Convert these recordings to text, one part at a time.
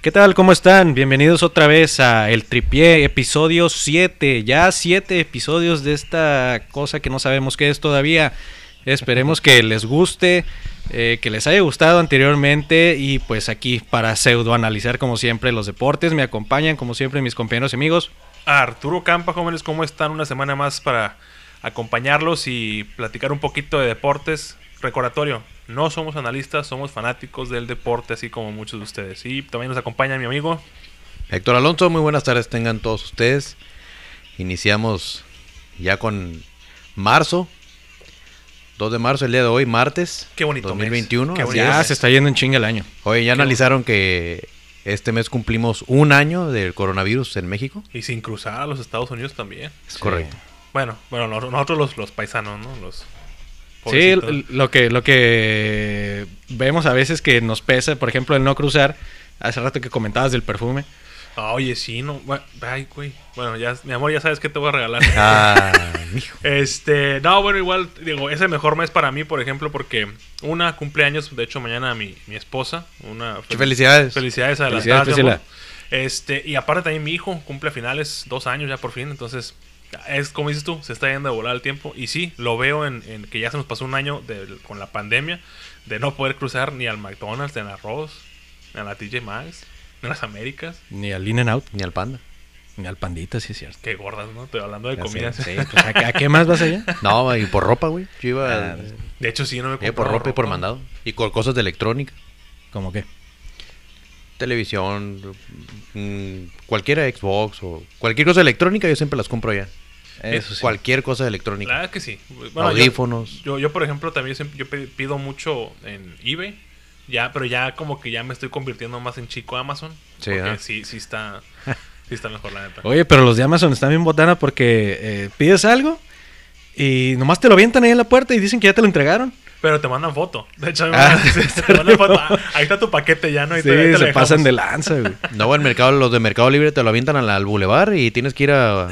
¿Qué tal? ¿Cómo están? Bienvenidos otra vez a El Tripié, episodio 7. Ya 7 episodios de esta cosa que no sabemos qué es todavía. Esperemos que les guste, eh, que les haya gustado anteriormente y pues aquí para pseudoanalizar como siempre los deportes. Me acompañan como siempre mis compañeros y amigos. Arturo Campa, jóvenes, ¿cómo están? Una semana más para acompañarlos y platicar un poquito de deportes. Recordatorio, no somos analistas, somos fanáticos del deporte, así como muchos de ustedes. Y también nos acompaña mi amigo. Héctor Alonso, muy buenas tardes tengan todos ustedes. Iniciamos ya con marzo, 2 de marzo, el día de hoy, martes. Qué bonito mes. 2021. Qué Ah, así bonito es. Ya Yes. se está yendo en chinga el año. Oye, ya analizaron que este mes cumplimos un año del coronavirus en México. Y sin cruzar a los Estados Unidos también. Es correcto. Bueno, bueno, nos- nosotros los, los paisanos, ¿no? Los Sí, pobrecitos. l- lo que, lo que vemos a veces que nos pesa, por ejemplo, el no cruzar. Hace rato que comentabas del perfume. Ah, oye, sí, no. bu- Ay, güey. Bueno, ya, mi amor, ya sabes qué te voy a regalar. Ah, mijo. Este, no, bueno, igual, digo, es el mejor mes para mí, por ejemplo, porque una cumpleaños, de hecho, mañana mi, mi esposa, una Muchas Felicidades. felicidades adelantadas, Felicidades, mi amor. Priscila. Este, y aparte también mi hijo cumple a finales dos años ya por fin, entonces es como dices tú, se está yendo a volar el tiempo y sí, lo veo en, en que ya se nos pasó un año del- con la pandemia de no poder cruzar ni al McDonald's, ni al arroz, ni a la TJ Maxx, ni a las Américas. Ni al In and Out, Ni al panda. ni al Pandita, sí es cierto. Qué gordas, ¿no? Estoy hablando de Ya comida. sé, Pues, ¿a, a qué más vas allá? No, y por ropa, güey. Yo iba Ah, De hecho, sí, no me eh, compré por ropa y por mandado. Y con cosas de electrónica. ¿Cómo qué? Televisión, mm, cualquiera Xbox o cualquier cosa electrónica, yo siempre las compro allá. Eso sí. Cualquier cosa electrónica. La verdad que sí. Bueno, yo- Audífonos. Yo, yo, por ejemplo, también siempre- yo pe- pido mucho en eBay. Ya, pero ya como que ya me estoy convirtiendo más en chico Amazon. Sí, porque ¿ah? sí, sí está, sí está mejor la neta. Oye, pero los de Amazon están bien botana porque eh, pides algo y nomás te lo avientan ahí en la puerta y dicen que ya te lo entregaron. Pero te mandan foto. De hecho, Ah, te mandan foto. Ah, Ahí está tu paquete ya, ¿no? Ahí sí, te- ahí te lo se dejamos. pasan de lanza, güey. No, en mercado, los de Mercado Libre te lo avientan al, al bulevar y tienes que ir a,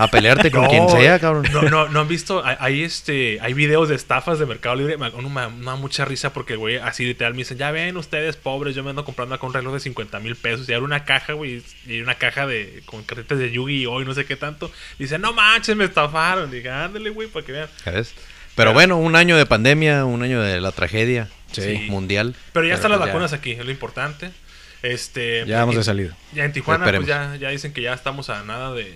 a pelearte con No, quien sea, cabrón. No, no, no han visto. Hay, hay, este, hay videos de estafas de Mercado Libre. Me, uno me- me da mucha risa porque, güey, así literal me dicen: Ya ven ustedes, pobres, yo me ando comprando acá un reloj de 50 mil pesos. Y abre una caja, güey, y una caja de con carretes de Yugi hoy, no sé qué tanto. Y dicen: No manches, me estafaron. Diga, ándale, güey, para que vean. Ya ves. Pero bueno, un año de pandemia, un año de la tragedia Sí. mundial. Pero ya están las pues vacunas aquí, es lo importante. Este, Ya vamos y- de salida. Ya en Tijuana, pues Esperemos. ya, ya dicen que ya estamos a nada de,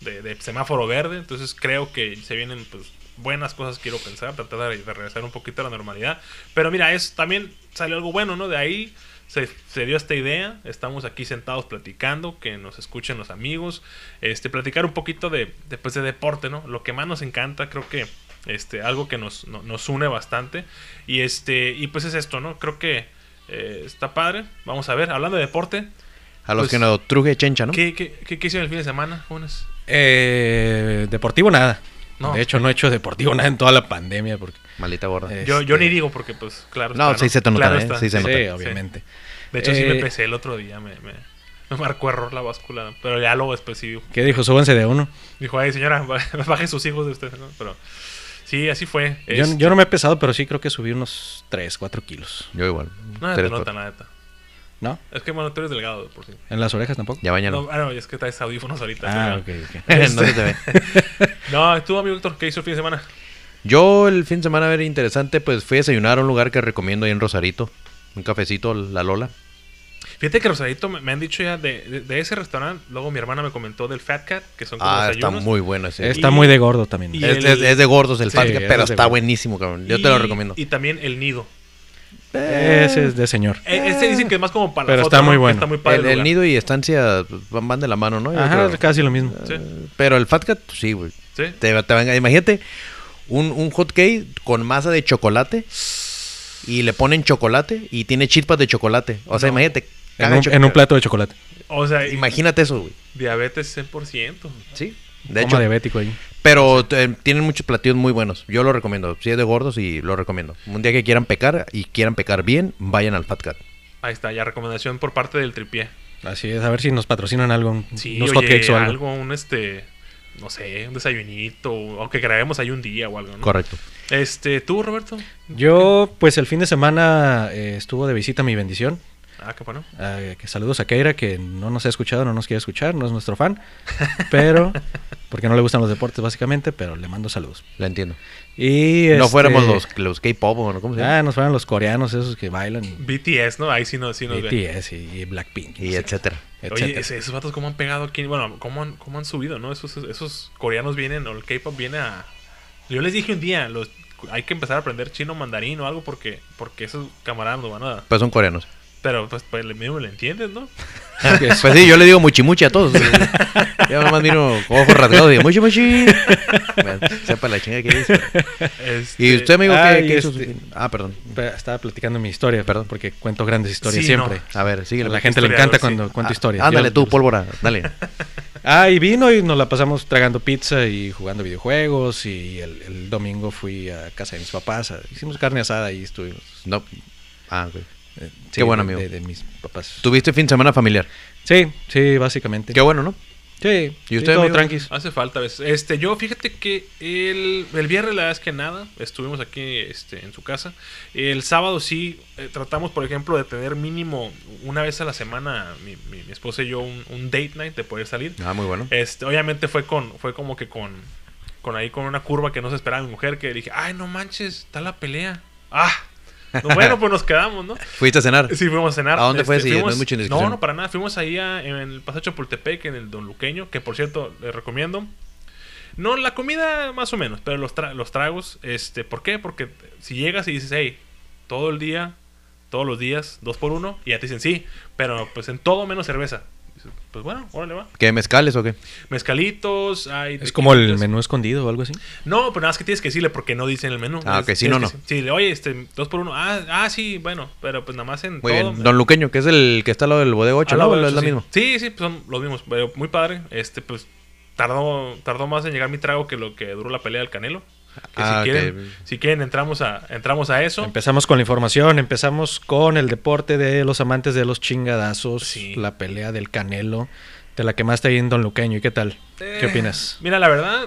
de- de semáforo verde. Entonces creo que se vienen pues, buenas cosas, quiero pensar, tratar de, de regresar un poquito a la normalidad. Pero mira, es, también salió algo bueno, ¿no? De ahí se, se dio esta idea. Estamos aquí sentados platicando, que nos escuchen los amigos. Este, platicar un poquito de, de, pues, de deporte, ¿no? Lo que más nos encanta, creo que este, algo que nos, no- nos une bastante. Y, este, y pues es esto, ¿no? Creo que eh, está padre. Vamos a ver, hablando de deporte. A los pues- que nos truje chencha, ¿no? ¿Qué, qué, qué, qué hicieron el fin de semana, jóvenes? Eh, deportivo nada. No. De hecho, no he hecho deportivo nada en toda la pandemia porque... Maldita gorda. Eh, Yo, yo Este- ni digo porque, pues, claro. No, sí se te nota, Claro ¿eh? está. Sí se Sí, nota. obviamente. De hecho, sí Eh, me pesé el otro día. Me, me, me marcó error la báscula. Pero ya lo después sí dijo- ¿Qué dijo? Súbanse de uno. Dijo, ay, señora, baje sus hijos de usted, ¿no? Pero sí, así fue. Yo, Este, yo no me he pesado, pero sí creo que subí unos 3, 4 kilos. Yo igual. No, te Tres, nota, cuatro. la neta. ¿no. Es que, bueno, tú eres delgado, de por sí. ¿En las orejas tampoco? Ya mañana. No, este- ah, no, es que traes audífonos ahorita. Ah, ok, pero- ok. No se te ve. No, tú, amigo Héctor, ¿qué hizo el fin de semana? Yo el fin de semana, a ver, interesante, pues fui a desayunar a un lugar que recomiendo ahí en Rosarito. Un cafecito, La Lola. Fíjate que Rosadito me, me han dicho ya de, de, de ese restaurante. Luego mi hermana me comentó del Fat Cat, que son como Ah, está desayunos. muy bueno ese. Está Y- muy de gordo también. y Es, el- es- es de gordos el Sí, Fat es Cat, pero de está gordo. buenísimo, cabrón. Yo te lo Y- recomiendo. Y también el nido. Eh, Ese es de señor. E- Este dicen que es más como para la Pero foto, está muy Que bueno. Está muy padre. El, el el lugar. nido y estancia van, van de la mano, ¿no? Yo Ajá, creo. casi lo mismo. Sí, Pero el Fat Cat, pues, sí, güey. sí. Te- te van- imagínate un, un hot cake con masa de chocolate y le ponen chocolate y tiene chispas de chocolate. O sea, No. imagínate. En cada un, choco- en un plato de chocolate. O sea, y- Imagínate eso, güey. diabetes 100%. Sí. De De hecho, diabético ahí. pero eh, tienen muchos platillos muy buenos. Yo lo recomiendo. Si es de gordos, y lo recomiendo. Un día que quieran pecar y quieran pecar bien, vayan al Fat Cat. Ahí está, ya recomendación por parte del tripié. Así es, a ver si nos patrocinan algo. un- Sí, unos oye, hotcakes o algo. algo. un este. no sé, un desayunito, o que grabemos ahí un día o algo, ¿no? Correcto. Este, ¿tú, Roberto? Yo, pues el fin de semana eh, estuvo de visita mi bendición. Ah, qué bueno. Ah, que saludos a Keira, que no nos ha escuchado, no nos quiere escuchar, no es nuestro fan. Pero, porque no le gustan los deportes básicamente, pero le mando saludos. La entiendo. Y No este, fuéramos los, los K-pop o no, ¿cómo se llama? Ah, nos fueron los coreanos esos que bailan. y BTS, ¿no? Ahí sí nos, sí nos ven. BTS y, y Blackpink. no y sé, etcétera. Oye, etcétera. ese- esos vatos cómo han pegado aquí, bueno, cómo han, cómo han subido, ¿no? Esos, esos coreanos vienen, o el K-pop viene a... Yo les dije un día, los, hay que empezar a aprender chino mandarín o algo porque, porque esos camaradas no van a... Pues son coreanos. Pero pues, pues le- mismo le entiendes, ¿no? Pues sí, yo le digo muchimuchi a todos. Yo nomás miro con ojos rasgados y digo muchimuchi. Bueno, Sepa la chinga que dice. Este, Y usted, amigo, ¿qué, ay, qué hizo? este- Ah, perdón. Pero Estaba platicando mi historia, perdón, porque cuento grandes historias Sí, no. siempre. A ver, sigue. A la gente le historiador, encanta sí. cuando cuento historias. Ah, Ándale Yo- tú, pólvora. Dale. Ah, y vino y nos la pasamos tragando pizza y jugando videojuegos. Y el, el domingo fui a casa de mis papás. a- hicimos carne asada y estuvimos. No. Ah, güey. eh, Qué bueno, de- amigo. De, de mis papás. Tuviste fin de semana familiar. Sí, sí, básicamente. Qué bueno, ¿no? Sí, ¿Y sí, usted, todo amigo? tranquis. Hace falta a veces. Este, yo fíjate que el, el viernes la verdad es que nada, estuvimos aquí este, en su casa. El sábado sí eh, tratamos, por ejemplo, de tener mínimo una vez a la semana mi, mi- mi esposa y yo un, un date night de poder salir. Ah, muy Eh. bueno. Este, obviamente fue con fue como que con con ahí con una curva que no se esperaba mi mujer que dije, "Ay, no manches, está la pelea." Ah. No, bueno, pues nos quedamos, ¿no? ¿Fuiste a cenar? Sí, fuimos a cenar. este, ¿A dónde fue ese día? No fuimos- es mucha indiscreción. no, no, para nada. Fuimos ahí a- en el Pasaje Chapultepec, en el Don Luqueño, que por cierto, les recomiendo. No, la comida más o menos, pero los, tra- los tragos, este, ¿por qué? Porque si llegas y dices, hey, todo el día, todos los días, dos por uno, y ya te dicen sí, pero pues en todo menos cerveza. Dices, Pues bueno, órale va. ¿Qué, mezcales o qué? Mezcalitos, hay... Es como el tequilitas. menú escondido o algo así. No, pero nada más que tienes que decirle porque no dicen el menú. Ah, Es- ok, sí, no, tienes que no. decir- Sí, oye, este, dos por uno. Ah, ah, sí, bueno, pero pues nada más en Muy todo. bien. Don Luqueño, que es el que está al lado del bodega 8, Al lado ¿no? de Es eso, lo sí. mismo. Sí, sí, pues son los mismos. Pero muy padre. Este, pues tardó, tardó más en llegar mi trago que lo que duró la pelea del Canelo. Que Ah, ok. si, quieren, si quieren, entramos a, entramos a eso. Empezamos con la información, empezamos con el deporte de los amantes de los chingadazos, Sí. la pelea del Canelo, de la que más está ahí en Don Luqueño. ¿Y qué tal? ¿Qué Eh, opinas? Mira, la verdad,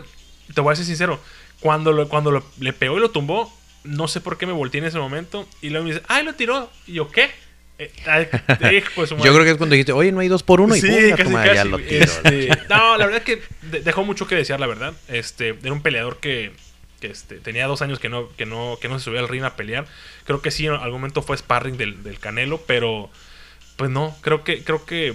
te voy a ser sincero. Cuando, lo, cuando lo- le pegó y lo tumbó, no sé por qué me volteé en ese momento. Y luego me dice, ¡ay, lo tiró! ¿Y yo qué? Eh, ay, hijo de su madre. Yo creo que es cuando dijiste, oye, no hay dos por uno. Y Sí, pum, la casi, toma, ya casi. lo tiro. Este, no, la verdad es que de- dejó mucho que desear, la verdad. Este, era un peleador que, que, este, tenía dos años que no, que no, que no se subía al ring a pelear. Creo que sí, en algún momento fue sparring del, del Canelo, pero pues no, creo que, creo que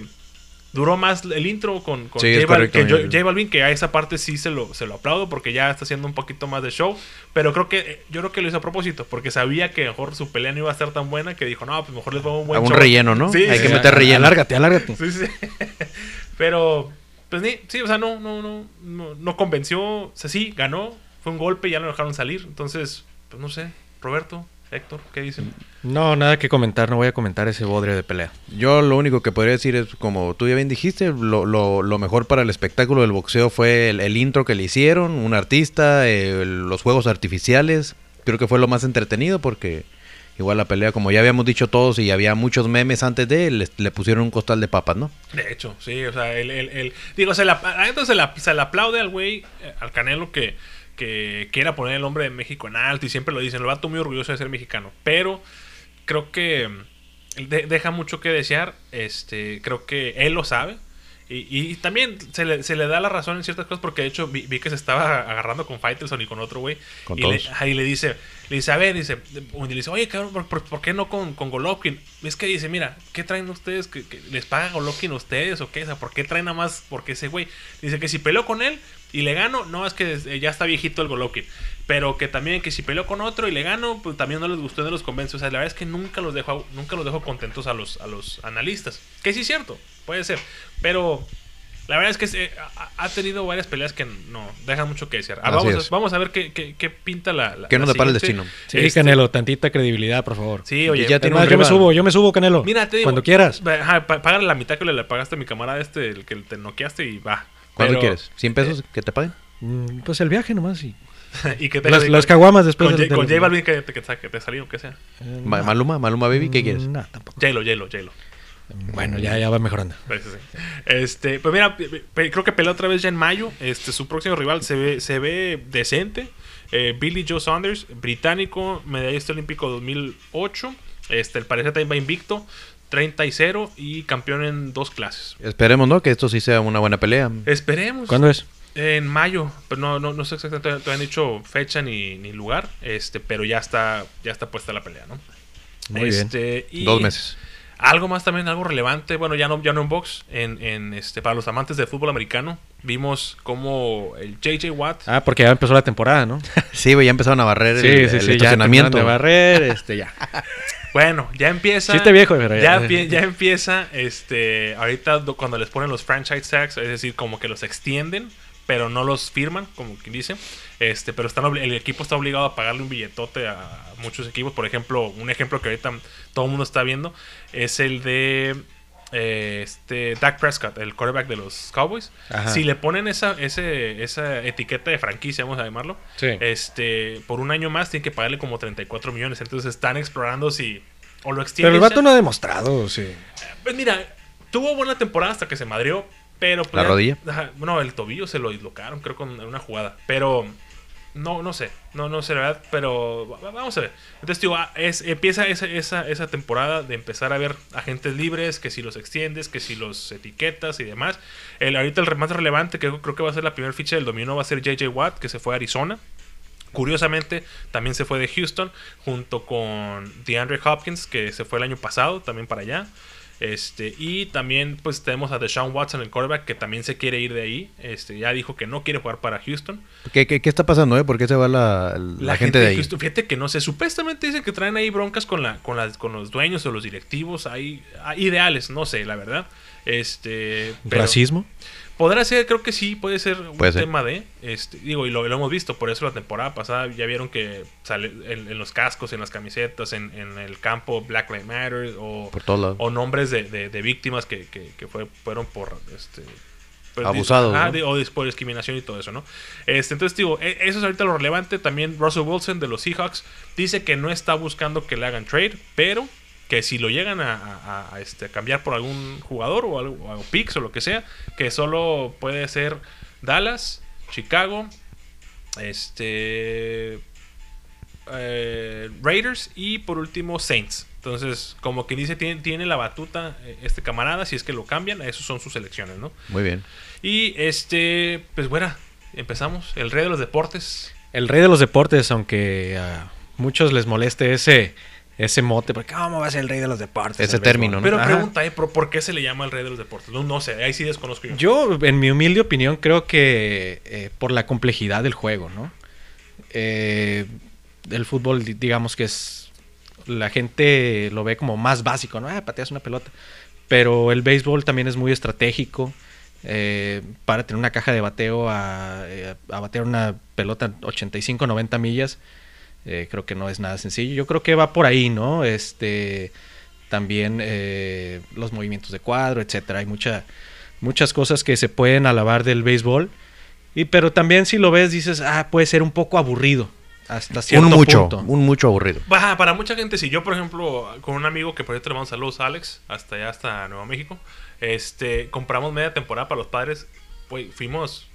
duró más el intro con, con Sí, es J, Bal- correcto, que yo- amigo. J Balvin, que a esa parte sí se lo, se lo aplaudo porque ya está haciendo un poquito más de show. Pero creo que, eh, yo creo que lo hizo a propósito, porque sabía que mejor su pelea no iba a ser tan buena que dijo, no, pues mejor les pongo un buen A un show". relleno, ¿no? Sí, Hay sí, que sí. meter relleno. Alárgate, alárgate. Sí, sí. Pero, pues ni- sí, o sea, no, no, no, no, no convenció. O sea, sí, ganó. Fue un golpe y ya lo dejaron salir. Entonces, pues no sé. Roberto, Héctor, ¿qué dicen? No, nada que comentar, no voy a comentar ese bodrio de pelea. Yo lo único que podría decir es, como tú ya bien dijiste, lo, lo- lo mejor para el espectáculo del boxeo fue el, el intro que le hicieron, un artista, eh, los juegos artificiales. Creo que fue lo más entretenido porque igual la pelea, como ya habíamos dicho todos y había muchos memes antes de, le, le pusieron un costal de papas, ¿no? De hecho, sí, o sea, el, el, el- digo, se la, la neta se la, se la aplaude al güey, eh, al Canelo que, que quiera poner el nombre de México en alto y siempre lo dicen, el vato muy orgulloso de ser mexicano, pero creo que mm, de- deja mucho que desear, este, creo que él lo sabe. Y, y también se le, se le da la razón en ciertas cosas porque de hecho vi, vi que se estaba agarrando con Faitelson y con otro güey. Con y todos. Le, ahí le dice, le dice, a ver, dice, y le dice, oye, cabrón, ¿por, por, por qué no con, con Golovkin? Es que dice, mira, ¿qué traen ustedes? ¿Que, que les paga Golovkin a ustedes o qué? O sea, ¿por qué traen a más? Porque ese güey dice que si peleo con él y le gano, no, es que eh, ya está viejito el Golovkin. Pero que también que si peleo con otro y le gano, pues también no les gustó, no los convence. O sea, la verdad es que nunca los dejo, nunca los dejo contentos a los, a los analistas. Que sí es cierto, puede ser. Pero la verdad es que se- ha- ha tenido varias peleas que no dejan mucho que desear. Ah, Así vamos, es. a, vamos a ver qué, qué, qué pinta la. la Que nos la depara el siguiente. destino. Sí, Este, Canelo, tantita credibilidad, por favor. Sí, oye, ya tiene Además, un yo me rival. subo, yo me subo, Canelo. Mira, te digo, Cuando quieras. Ajá, pa- paga la mitad que le pagaste a mi camarada este, el que te noqueaste y va. ¿Cuánto Pero- eh, quieres? ¿100 pesos que te paguen? Mm, Pues el viaje nomás. Y... y que te Las, las caguamas después Con, del- J- con del- J Balvin que te, que te, sa- que te salió, que sea. Eh, Ma- Maluma, Maluma Baby, ¿qué quieres? No, tampoco. Mm, J-Lo, J-Lo, J-Lo. Bueno, ya, ya va mejorando. Sí, sí, sí. Este, pues mira, pe- pe- creo que pelea otra vez ya en mayo. Este, su próximo rival se ve, se ve decente. Eh, Billy Joe Saunders, británico, medallista olímpico 2008. Este, el parecer también va invicto, 30 y 0 y campeón en dos clases. Esperemos, ¿no? Que esto sí sea una buena pelea. Eh, Esperemos. ¿Cuándo es? En mayo, pero no, no, no sé exactamente, todavía no han dicho fecha ni, ni lugar, este, pero ya está, ya está puesta la pelea, ¿no? Muy bien. Este, y- Dos meses. algo más también, algo relevante, bueno, ya no, ya no en box, en, en, este, para los amantes del fútbol americano, vimos como el JJ Watt, Ah, porque ya empezó la temporada, ¿no? Sí, güey, ya empezaron a barrer el, el terminaron estacionamiento. de barrer, este, ya. bueno, ya empieza... Chiste viejo, pero ya. ya, empie- ya empieza, este, ahorita do- cuando les ponen los franchise tags, es decir, como que los extienden, pero no los firman, como quien dice, este, pero están obli- el equipo está obligado a pagarle un billetote a muchos equipos, por ejemplo, un ejemplo que ahorita todo el mundo está viendo es el de eh, este Dak Prescott, el quarterback de los Cowboys. Ajá. Si le ponen esa, ese, esa etiqueta de franquicia, vamos a llamarlo, Sí. este, por un año más tienen que pagarle como 34 millones, entonces están explorando si o lo extienden Pero el ya- vato no ha demostrado, sí. pues mira, tuvo buena temporada hasta que se madrió, pero... pues ¿La ya- rodilla? Ajá, no, el tobillo se lo dislocaron, creo, con una jugada. Pero no, no sé, no, no sé la verdad, pero va- va- vamos a ver. Entonces, tío, ah, es, empieza esa, esa, esa temporada de empezar a ver agentes libres, que si los extiendes, que si los etiquetas y demás. El, ahorita el re- más relevante, que yo creo que va a ser la primera ficha del dominio, va a ser JJ Watt, que se fue a Arizona. Curiosamente, también se fue de Houston junto con DeAndre Hopkins, que se fue el año pasado también para allá. Este, y también pues tenemos a Deshaun Watson, el quarterback, que también se quiere ir de ahí. Este, ya dijo que no quiere jugar para Houston. ¿Qué, qué, qué está pasando, eh? ¿Por qué se va la, la gente, de ahí? Houston, fíjate que no sé, supuestamente dicen que traen ahí broncas con, la, con, las, con los dueños o los directivos, hay, hay ideales, no sé, la verdad. Este, pero- ¿Racismo? Podrá ser, creo que sí, puede ser un Puede ser. tema de. Este, digo, y lo, lo hemos visto, por eso la temporada pasada ya vieron que sale en, en los cascos, en las camisetas, en, en el campo Black Lives Matter o, Por todos lados. o nombres de, de- de víctimas que, que- que fue, fueron por. Este, pues, Abusados, ajá, ¿no? de- o dis- por discriminación y todo eso, ¿no? Este, entonces, digo, e- eso es ahorita lo relevante. También Russell Wilson de los Seahawks dice que no está buscando que le hagan trade, pero que si lo llegan a, a- a- a, este, a cambiar por algún jugador o algo, o picks o lo que sea, que solo puede ser Dallas, Chicago, este eh, Raiders y por último Saints. Entonces, como quien dice, tiene, tiene la batuta eh, este camarada, si es que lo cambian, esos son sus elecciones, ¿no? Muy bien. Y este, pues bueno, empezamos. El rey de los deportes. El rey de los deportes, aunque a muchos les moleste ese, ese mote, porque ¿cómo va a ser el rey de los deportes? Ese el béisbol? término, ¿no? Pero Ajá. pregunta, eh, ¿por por qué se le llama el rey de los deportes? No, no sé, ahí sí desconozco yo. Yo, en mi humilde opinión, creo que eh, por la complejidad del juego, ¿no? Eh, el fútbol, di- digamos que es. La gente lo ve como más básico, ¿no? Ah, pateas una pelota. Pero el béisbol también es muy estratégico. eh, para tener una caja de bateo a, eh, a batear una pelota 85-90 millas, eh, creo que no es nada sencillo. Yo creo que va por ahí, ¿no? Este, también eh, los movimientos de cuadro, etcétera. Hay mucha, muchas cosas que se pueden alabar del béisbol. Y pero también si lo ves dices, ah, puede ser un poco aburrido hasta cierto Un mucho, punto. un mucho aburrido. Bah, para mucha gente, sí. Yo, por ejemplo, con un amigo que por ahí te le mando saludos, Alex, hasta allá, hasta Nuevo México, este, compramos media temporada para los padres. Güey, fuimos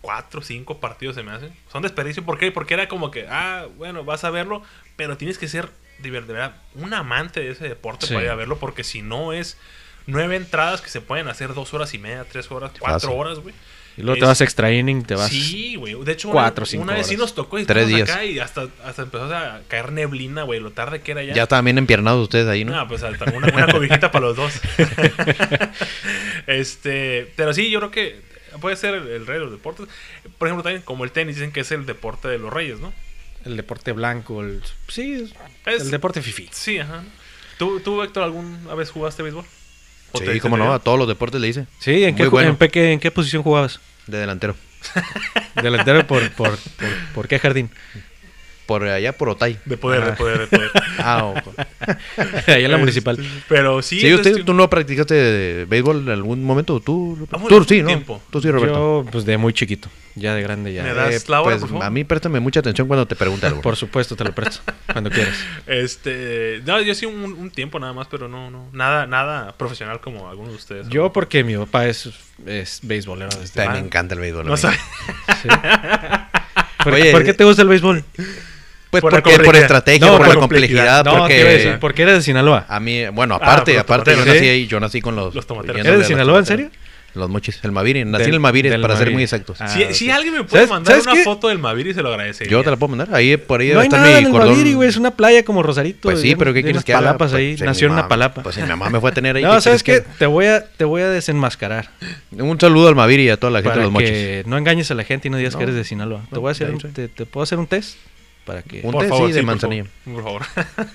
cuatro, cinco partidos, se me hacen. Son desperdicio. ¿Por qué? Porque era como que, ah, bueno, vas a verlo, pero tienes que ser, de ver- de verdad, un amante de ese deporte Sí. para ir a verlo, porque si no es nueve entradas que se pueden hacer dos horas y media, tres horas, Fácil. cuatro horas, güey. Y luego te vas a extra inning, te vas. Sí, güey. De hecho, cuatro, una, cinco una vez sí horas. nos tocó y Tres estábamos días. acá y hasta, hasta empezó a caer neblina, güey. Lo tarde que era ya. Ya estaban bien empiernados ustedes ahí, ¿no? No, pues hasta una, una cobijita para los dos. este, pero sí, yo creo que puede ser el, el rey de los deportes. Por ejemplo, también como el tenis, dicen que es el deporte de los reyes, ¿no? El deporte blanco, el sí, es Es- el deporte fifi. Sí, ajá. ¿Tú, tú Héctor, alguna vez jugaste béisbol? ¿O te- Sí, te cómo no, dio? a todos los deportes le hice. Sí, ¿en Muy qué, ju- bueno. en, pe- qué- en qué posición jugabas? De delantero. Delantero por, por, por, por qué jardín. Por allá, por Otay. De poder, de Ah. poder, de poder. Ah, ojo. Ahí en la municipal. Pero sí. Sí, entonces, usted, ¿tú no practicaste béisbol en algún momento? ¿Tú, Roberto? Vamos, tú sí, Ah, no? tiempo. Tú sí, Roberto. Yo, pues de muy chiquito, ya de grande, Me ya. da- das la hora, pues, por favor? a mí préstame mucha atención cuando te pregunte algo. Por supuesto, te lo presto, cuando quieras. Este, no, yo sí un, un tiempo nada más, pero no, no, nada, nada profesional como algunos de ustedes. Yo porque mi papá es, es beisbolero desde... Ay, me Ah, encanta el béisbol. no a mí. sabía. Sí. ¿Por, Oye, por qué te gusta el béisbol? Pues Por por la porque por complejidad. estrategia, No, por, por la complejidad, No, te Ah, porque Ah, iba a decir, porque eres de Sinaloa. a mí, bueno, por aparte, los aparte yo tomateros. nací Sí. ahí, yo nací con los, Los tomateros. yéndole ¿Eres de a los Sinaloa, en tomateros. serio? Los mochis, el Maviri, nací Del- en el Maviri, del para ser Maviri. muy exactos. Ah, si, ok. si alguien me puede ¿Sabes- mandar sabes una qué? foto del Maviri, se lo agradecería. yo te la puedo mandar, ahí por ahí No debe hay estar nada en mi el cordón. Guadiri, güey. Es una playa como Rosarito. Pues sí, digamos, pero ¿qué de quieres unas que haga? palapas Pues, ahí. si Nació en mi una mamá- palapa. Pues si mi mamá me fue a tener ahí. no, ¿sabes qué? quieres Te voy, a, te voy a desenmascarar. que haga? Un saludo al Maviri y a toda la gente Para de los mochis. que no engañes a la gente y no digas No. que eres de Sinaloa. Te voy a hacer de un- hecho. te, te puedo hacer un test para que... Un- té, sí, de por manzanilla. favor, Por favor.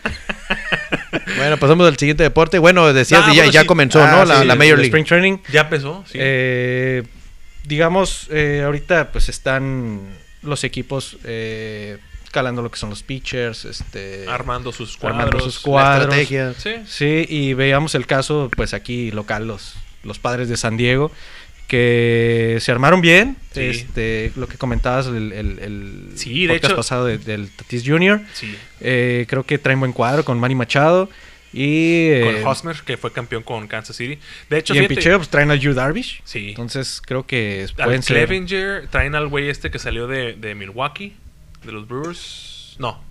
Bueno, pasamos al siguiente deporte. Bueno, decías, Ah, y ya, bueno, ya sí. comenzó, Ah, ¿no? La, sí, la el- Major el League. Spring Training. Ya empezó, sí. Eh, digamos, eh, ahorita pues están los equipos eh, calando lo que son los pitchers, este, armando sus cuadros. armando sus La cuadros. estrategia. Sí. Sí, y veamos el caso pues aquí local, los, los padres de San Diego, que se armaron bien, Sí. este, lo que comentabas el, el- el Sí, de podcast hecho- pasado de- del Tatis Jr., Sí. Eh, creo que traen buen cuadro con Manny Machado y... eh, Con Hosmer, que fue campeón con Kansas City. De hecho, y en fíjate- picheo pues, traen a Yu Darvish. Sí. Entonces creo que Al Pues, pueden ser... Clevinger, traen al güey este que salió de, de Milwaukee, de los Brewers. No,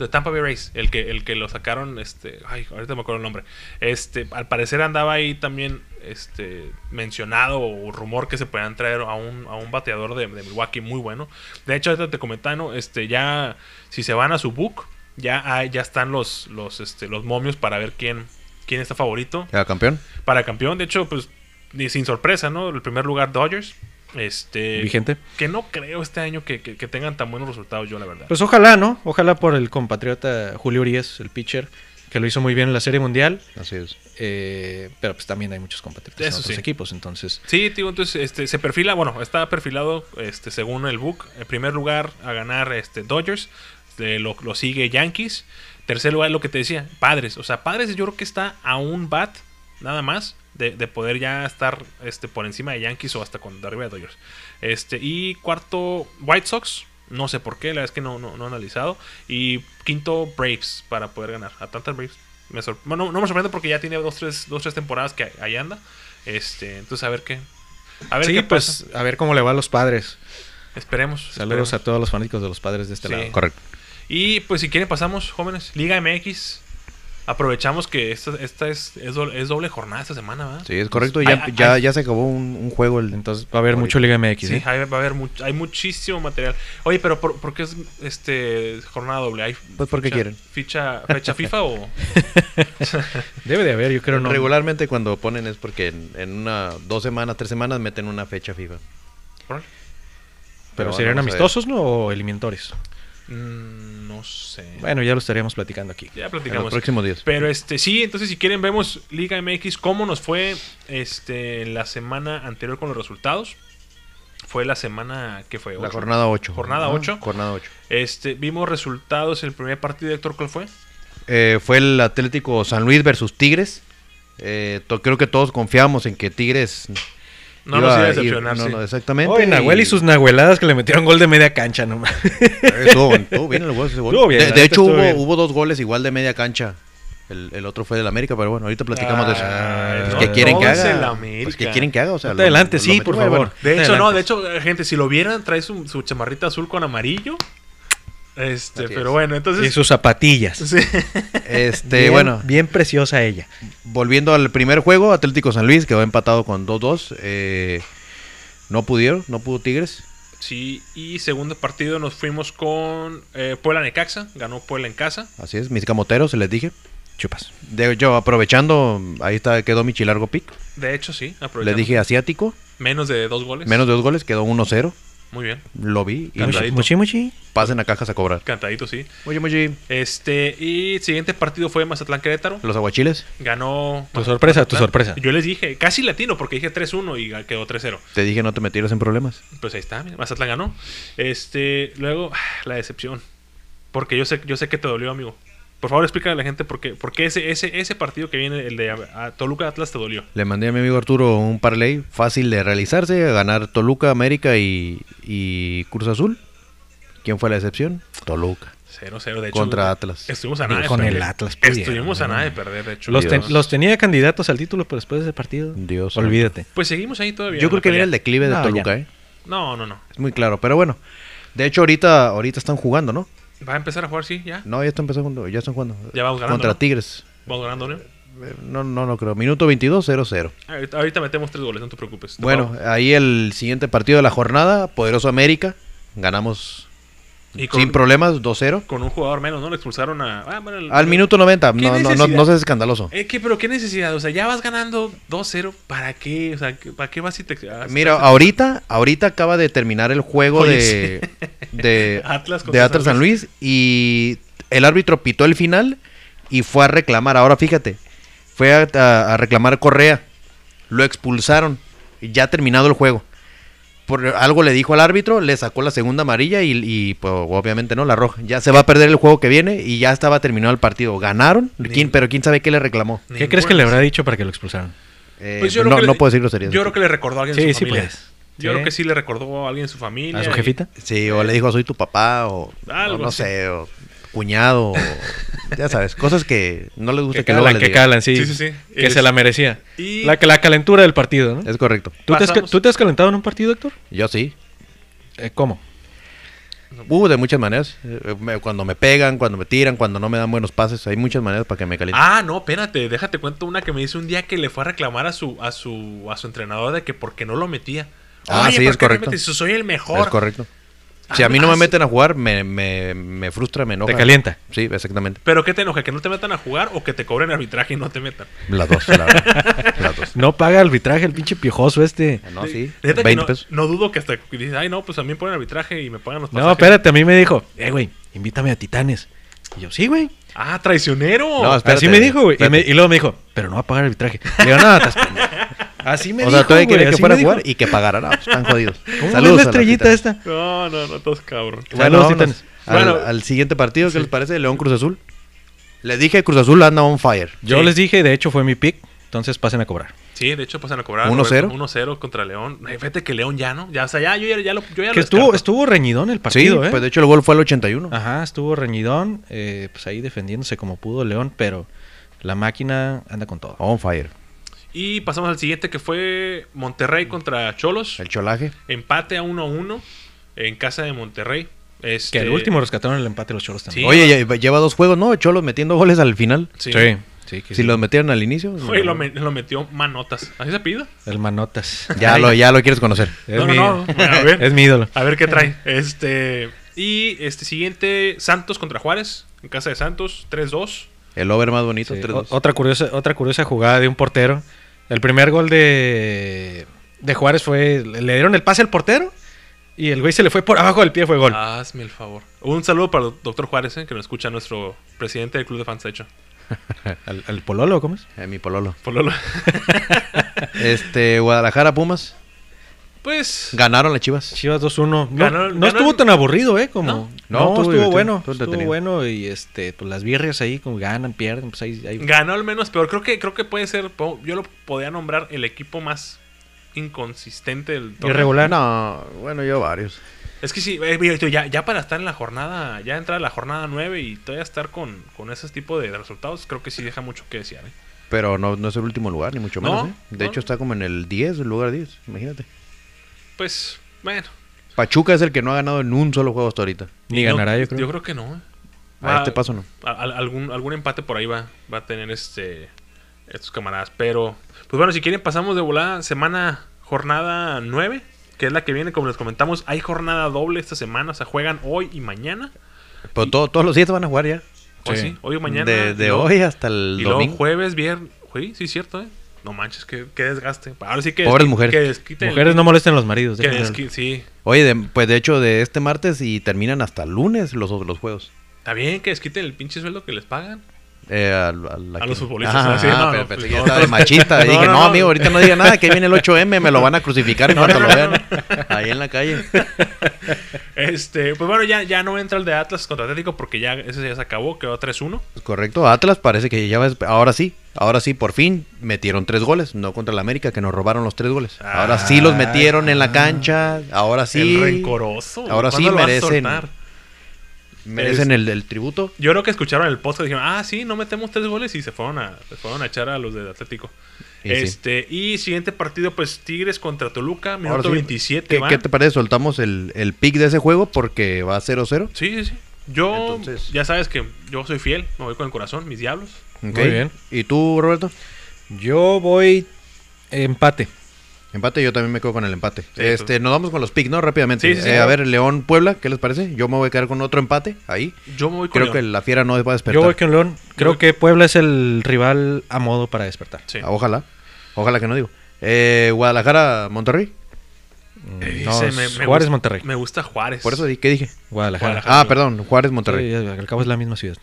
de Tampa Bay Rays, el que, el que lo sacaron, este, ay, ahorita me acuerdo el nombre. Este, al parecer andaba ahí también este mencionado o rumor que se podían traer a un, a un bateador de, de Milwaukee muy bueno. De hecho, ahorita te comentaba, ¿no? Este, ya si se van a su book, ya hay- ya están los los este los momios para ver quién quién está favorito Ya, campeón. para campeón. De hecho, pues ni sin sorpresa, ¿no? El primer lugar Dodgers. Este, vigente. que no creo este año que, que- que tengan tan buenos resultados yo, la verdad. Pues ojalá, ¿no? Ojalá por el compatriota Julio Urias, el pitcher, que lo hizo muy bien en la Serie Mundial. Así es. eh, pero pues también hay muchos compatriotas en Eso otros sí. equipos, entonces... sí, tío, entonces este, se perfila, bueno, está perfilado este, según el book. En primer lugar a ganar este, Dodgers, de lo, lo sigue Yankees. Tercer lugar, lo que te decía, Padres. O sea, Padres yo creo que está a un bat, nada más, de, de poder ya estar este, por encima de Yankees o hasta con de arriba de Dodgers. Este, y cuarto, White Sox. No sé por qué, la verdad es que no, no, no he analizado. Y quinto, Braves, para poder ganar. Atlanta Braves. Me sor- bueno, no, no me sorprende porque ya tiene dos, tres, dos, tres temporadas que ahí anda. Este, entonces a ver qué. A ver sí, qué pues a ver cómo le va a los padres. pasa. Esperemos. Saludos esperemos. a todos los fanáticos de los padres de este Sí. lado. Correcto. Y pues si quieren pasamos, jóvenes. Liga MX. Aprovechamos que esta, esta es, es, doble, es doble jornada esta semana, ¿verdad? Sí, es correcto. Ay, Ya, ay, ya, ay. ya se acabó un, un juego. El, Entonces va a haber mucho Liga MX. Sí, ¿eh? ahí va a haber much- hay muchísimo material. Oye, pero ¿por, por qué es este jornada doble? ¿Hay Pues porque ficha- quieren. Ficha, fecha FIFA o Debe de haber, yo creo no. Regularmente cuando ponen es porque en, en una dos semanas, tres semanas meten una fecha FIFA. Órale. Pero Pero serían vamos a ver. amistosos, ¿no? O eliminatorios. Mm, no sé. Bueno, ya lo estaríamos platicando aquí. ya En los platicamos. próximos días. Pero este sí, entonces si quieren vemos Liga MX cómo nos fue este la semana anterior con los resultados. Fue la semana que fue La ¿Ocho? jornada Ah, 8. Jornada ocho. Jornada 8. Este vimos resultados el primer partido Héctor cuál fue? Eh, fue el Atlético San Luis versus Tigres. Eh, to- creo que todos confiamos en que Tigres No nos iba a ir- decepcionar. no, sí. no, exactamente. Oye, Nahuel y sus nahueladas que le metieron gol de media cancha nomás. Estuvo, estuvo bien el gol, ese gol. Estuvo bien, de, la de neta hecho, estuvo hubo, bien. hubo dos goles igual de media cancha. El, el otro fue del América, pero bueno, ahorita platicamos Ah, de eso. Pues no, que quieren que todo es el haga? América. Pues, ¿qué quieren que haga? O sea, Ponte adelante, sí, metió, por bueno, favor. De hecho, no, Adelante. de hecho, eh, gente, si lo vieran, trae su, su chamarrita azul con amarillo. Este, Así pero es. bueno, entonces. Y sus zapatillas. Sí. Este, Bien- bueno, Bien preciosa ella. volviendo al primer juego, Atlético San Luis quedó empatado con 2-2. eh, no pudieron, no pudo Tigres. Sí, y segundo partido nos fuimos con eh, Puebla Necaxa. Ganó Puebla en casa. Así es, mis camoteros, se les dije. Chupas. De, yo aprovechando, ahí está, quedó Michi Largo Pic. De hecho, sí, Le aprovechamos. dije asiático, Menos de dos goles. menos de dos goles, quedó 1-0. Muy bien. Lo vi y Cantadito. Muchi, muchi. pasen a cajas a cobrar. Cantadito, sí. Oye, Mochi, Este, y siguiente partido fue Mazatlán Querétaro. los aguachiles. Ganó. Tu sorpresa, tu Mazatlán. sorpresa. Yo les dije, casi latino, porque dije 3-1 y ga- quedó 3-0. Te dije no te metieras en problemas. Pues ahí está, mira, Mazatlán ganó. Este, luego, la ah, decepción. Porque yo sé, yo sé que te dolió, amigo. Por favor, explícale a la gente por qué, por qué ese, ese, ese partido que viene, el de a- a Toluca Atlas, te dolió. Le mandé a mi amigo Arturo un parlay fácil de realizarse, a ganar Toluca, América y, y Cruz Azul. ¿Quién fue la excepción? Toluca. 0-0, de hecho. Contra güey, Atlas. Estuvimos a nada de Con perder. el Atlas Estuvimos a pudieron, nada de perder, de hecho. Los, ten- Dios. los tenía candidatos al título, pero después de ese partido, Dios. olvídate. Pues seguimos ahí todavía. en Yo la creo que viene pelea. el declive de No, Toluca, ya. ¿eh? No, no, no. Es muy claro, pero bueno. De hecho, ahorita, ahorita están jugando, ¿no? Va a empezar a jugar, sí, ya. No, ya están empezando, ya están jugando. Ya vamos ganando, Contra ¿no? Tigres. Vamos ganando, ¿no? Eh, No, no, no creo. Minuto 22, 0-0. Ahorita, ahorita metemos tres goles, no te preocupes. Bueno, ahí el siguiente partido de la jornada, Poderoso América. Ganamos Y con- sin problemas, 2-0. Con un jugador menos, ¿no? Le expulsaron a. ah, bueno, el- Al minuto 90, ¿Qué no, no, no, necesidad? no seas escandaloso. Eh, ¿qué, pero qué necesidad, o sea, ya vas ganando 2-0, ¿para qué? O sea, ¿qué- ¿para qué vas y te... ah, Mira, te- ahorita, ahorita acaba de terminar el juego Oye, de, de Atlas de contra Atlas San San Luis y el árbitro pitó el final y fue a reclamar. Ahora fíjate, fue a, a- a reclamar Correa, lo expulsaron y ya ha terminado el juego. Por algo le dijo al árbitro, le sacó la segunda amarilla y, y, pues, obviamente no, la roja. Ya se va a perder el juego que viene y ya estaba terminado el partido. Ganaron, Ni- ¿quién- pero quién sabe qué le reclamó. ¿Qué Ninguna crees que le habrá necesidad. dicho para que lo expulsaron? Eh, Pues yo creo no, que le- no puedo decirlo serio. Yo creo que le recordó a alguien de Sí, su sí, familia. pues. Yo Sí. creo que sí le recordó a alguien de su familia. ¿A su y- jefita? Sí, Eh. o le dijo soy tu papá o Algo o no así. sé, o cuñado, o- ya sabes, cosas que no les gusta Que que, luego calan, les que digan. calan, sí. Sí, sí, sí. Que Es- se la merecía. y- La, la calentura del partido, ¿no? Es correcto. ¿Tú te, has, ca- Pasamos. tú te has calentado en un partido, Héctor? Yo sí. Eh, ¿Cómo? Uh, de muchas maneras. Eh, me- Cuando me pegan, cuando me tiran, cuando no me dan buenos pases, hay muchas maneras para que me caliente. Ah, no, espérate, déjate cuento una que me dice un día que le fue a reclamar a su, a su, a su entrenador de que porque no lo metía. Ah, sí, ¿por es qué no correcto. metes? Soy el mejor. es correcto. Si a mí no me meten a jugar, me, me, me frustra, me enoja. Ah, Te calienta. Sí, exactamente. ¿Pero qué te enoja? ¿Que no te metan a jugar o que te cobren arbitraje y no te metan? Las dos, la verdad. Las dos. No paga arbitraje el pinche piojoso este. No, sí. Neta que 20 no, pesos. no dudo que hasta que dices, ay, no, pues a mí me ponen arbitraje y me pagan los pasajes. No, espérate, a mí me dijo, eh, güey, invítame a Titanes. Y yo, sí, güey. Ah, traicionero. No, espérate, Así me dijo, güey. Y, espérate. me- y luego me dijo, pero no va a pagar arbitraje. Le digo, no, estás pendejo". Así me O dijo. sea, todavía güey, quería que así fuera a me dijo. jugar y que pagara. No, pues, están jodidos. ¿Cómo Saludos ves a la estrellita Titanes. esta? No, no, no, estás cabrón. Saludos, Bueno, vámonos Titanes. al, Bueno. al siguiente partido, ¿qué Sí. les parece? León Cruz Azul. Les dije, Cruz Azul anda on fire. Yo Sí. les dije, de hecho fue mi pick, entonces pasen a cobrar. Sí, de hecho pasan a cobrar. 1-0. Roberto, 1-0 contra León. Ay, Fíjate que León ya no. Ya, o sea, ya, yo ya, ya lo, yo ya Que lo estuvo, descarto. estuvo reñidón el partido, sí, ¿eh? Ah. pues de hecho el gol fue al 81. Ajá, estuvo reñidón, eh, pues ahí defendiéndose como pudo León, pero la máquina anda con todo. On fire. Y pasamos al siguiente que fue Monterrey contra Cholos. El cholaje. Empate a 1-1 en casa de Monterrey. Este, Que al último rescataron el empate los choros también. Sí. Oye, lle- lleva dos juegos, ¿no? Cholos metiendo goles al final. Sí. sí, que Si sí. los metieron al inicio. Oye, lo, me- lo metió manotas. ¿Así se pide? El Manotas. Ya, lo, ya lo quieres conocer. Es, No, no, mi, no, a ver. es mi ídolo. A ver qué trae. Este. Y este siguiente, Santos contra Juárez. En casa de Santos, 3-2. El over más bonito. Sí, 3-2. o- otra, curiosa, otra curiosa jugada de un portero. El primer gol de, de Juárez fue. Le dieron el pase al portero y el güey se le fue por abajo del pie, fue gol. Hazme el favor. Un saludo para el doctor Juárez, eh, que nos escucha nuestro presidente del Club de Fans, de hecho. ¿Al, al Pololo, ¿cómo es? Eh, mi pololo. Por lo- Este, Guadalajara Pumas. Pues. Ganaron las chivas. Chivas 2-1. No, no Ganó- ganó estuvo el- tan aburrido, ¿eh? Como, No, no, no, estuvo estuvo, divertido, bueno. estuvo Estuvo, entretenido. bueno y este, pues las birrias ahí, como ganan, pierden, pues ahí. ahí- Ganó al menos, pero creo que, creo que puede ser. po- Yo lo podía nombrar el equipo más inconsistente del torneo. Irregular. No, bueno, yo varios. Es que sí, eh, mira, ya, ya para estar en la jornada, ya entrar a la jornada 9 y todavía estar con, con ese tipo de resultados, creo que sí deja mucho que desear. ¿eh? Pero no, no es el último lugar, ni mucho menos. No, ¿eh? De no. hecho, está como en el 10, el lugar 10. Imagínate. Pues, bueno. Pachuca es el que no ha ganado en un solo juego hasta ahorita. Ni No, ganará, yo creo. Yo creo que no. ¿eh? A Va- este paso no. a- a- algún, algún empate por ahí va, va a tener este estos camaradas. Pero, pues bueno, si quieren pasamos de volada semana, jornada 9, que es la que viene, como les comentamos, hay jornada doble esta semana, o sea, juegan hoy y mañana. Pero todo- todos los días van a jugar ya. Hoy Sí. sí, hoy o mañana. de y de luego- hoy hasta el Y luego domingo. jueves, viernes. Sí, sí, cierto, ¿eh? No manches, qué, qué desgaste. Ahora sí que. Pobres desqui- mujeres. Que desquiten el- Mujeres no molesten a los maridos. que déjenme ver. desqui- sí. Oye, de- pues de hecho, de este martes y terminan hasta lunes los, los juegos. Está bien que desquiten el pinche sueldo que les pagan. Eh, al- al- A los futbolistas, Ajá, ¿no? Sí, ajá, no, pero no, pensé pues, que ya no, estaba no. de machista. Y No, dije, no, no, no. amigo, ahorita no diga nada, que ahí viene el 8M, me lo van a crucificar en cuanto lo vean. Ahí en la calle. Este, pues bueno, ya, ya no entra el de Atlas contra Atlético porque ya ese ya se acabó, quedó 3-1. Pues correcto, Atlas parece que ya va, a- ahora sí, ahora sí, por fin metieron tres goles, no contra el América que nos robaron los tres goles. ahora sí los metieron en la cancha, ahora sí Ah, El rencoroso. ahora sí ¿cuándo lo vas a merecen, soltar? merecen el, el tributo. Yo creo que escucharon el podcast y dijeron, ah, sí, no metemos tres goles y se fueron a, se fueron a echar a los de Atlético. Y sí. este, y siguiente partido, pues Tigres contra Toluca, minuto Ahora sí, 27. ¿qué, va. qué te parece? Soltamos el, el pick de ese juego porque va 0-0. Sí, sí, sí. Yo, Entonces- ya sabes que yo soy fiel, me voy con el corazón, mis diablos. Ok. Muy bien. ¿Y tú, Roberto? Yo voy empate. Empate, yo también me quedo con el empate. Sí, este, nos vamos con los picks, ¿no? Rápidamente. Sí, sí, sí, Eh, claro. a ver, León Puebla, ¿qué les parece? Yo me voy a quedar con otro empate ahí. Yo me voy con Creo que León. la fiera no va a despertar. Yo voy con León. Creo voy- que Puebla es el rival a modo para despertar. Sí. Ah, Ojalá. Ojalá que no digo. Eh, Guadalajara, Monterrey. Eh, No, se es me- me Juárez, gusta- Monterrey. Me gusta Juárez. Por eso di- ¿qué dije? Guadalajara. Guadalajara. Ah, perdón, Juárez, Monterrey. Sí, al cabo es la misma ciudad.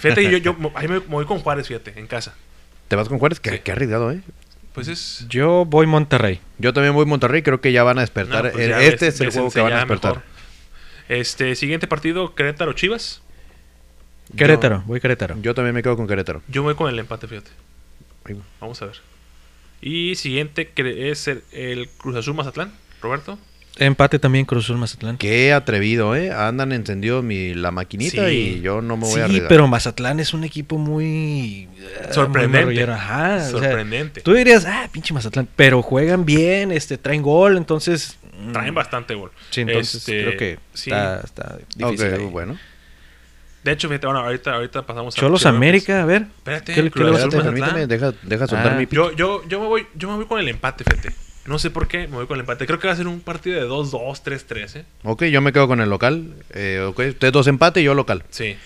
Fíjate, que yo, yo mo- ahí me, me voy con Juárez, fíjate, en casa. ¿Te vas con Juárez? Qué, Sí. qué arriesgado, ¿eh? Pues es. Yo voy Monterrey. Yo también voy Monterrey, creo que ya van no, a despertar. pues Eh, ya este ves- es el juego bésense que van a ya despertar. mejor. Este, siguiente partido, Querétaro Chivas. Querétaro, voy Querétaro. Yo también me quedo con Querétaro. Yo me voy con el empate, fíjate. Ahí va. Vamos a ver. Y siguiente que es el, el Cruz Azul Mazatlán, Roberto. Empate también Cruz Azul Mazatlán. Qué atrevido, ¿eh? Andan encendidos mi, la maquinita Sí. y yo no me voy sí, a arriesgar. pero Mazatlán es un equipo muy eh, Sorprendente. muy marrullero. Ajá, o sea, Sorprendente. tú dirías, ah, pinche Mazatlán, pero juegan bien, este, traen gol, entonces. mm, Traen bastante gol. Sí, entonces Este, creo que sí. está, está difícil. Ok, ahí. bueno. De hecho, fíjate, bueno, ahorita, ahorita pasamos Cholos Chivas. América, a ver. pues, Espérate, ¿qué le- Cruz qué le Azul vas a- Espérate, Mazatlán. permíteme, deja, deja soltar Ah. mi pick. Yo, yo, yo me voy, yo me voy con el empate, fíjate. No sé por qué, me voy con el empate. Creo que va a ser un partido de 2-2, 3-3, ¿eh? Ok, yo me quedo con el local. Eh, ok, ustedes dos empate y yo local. Sí.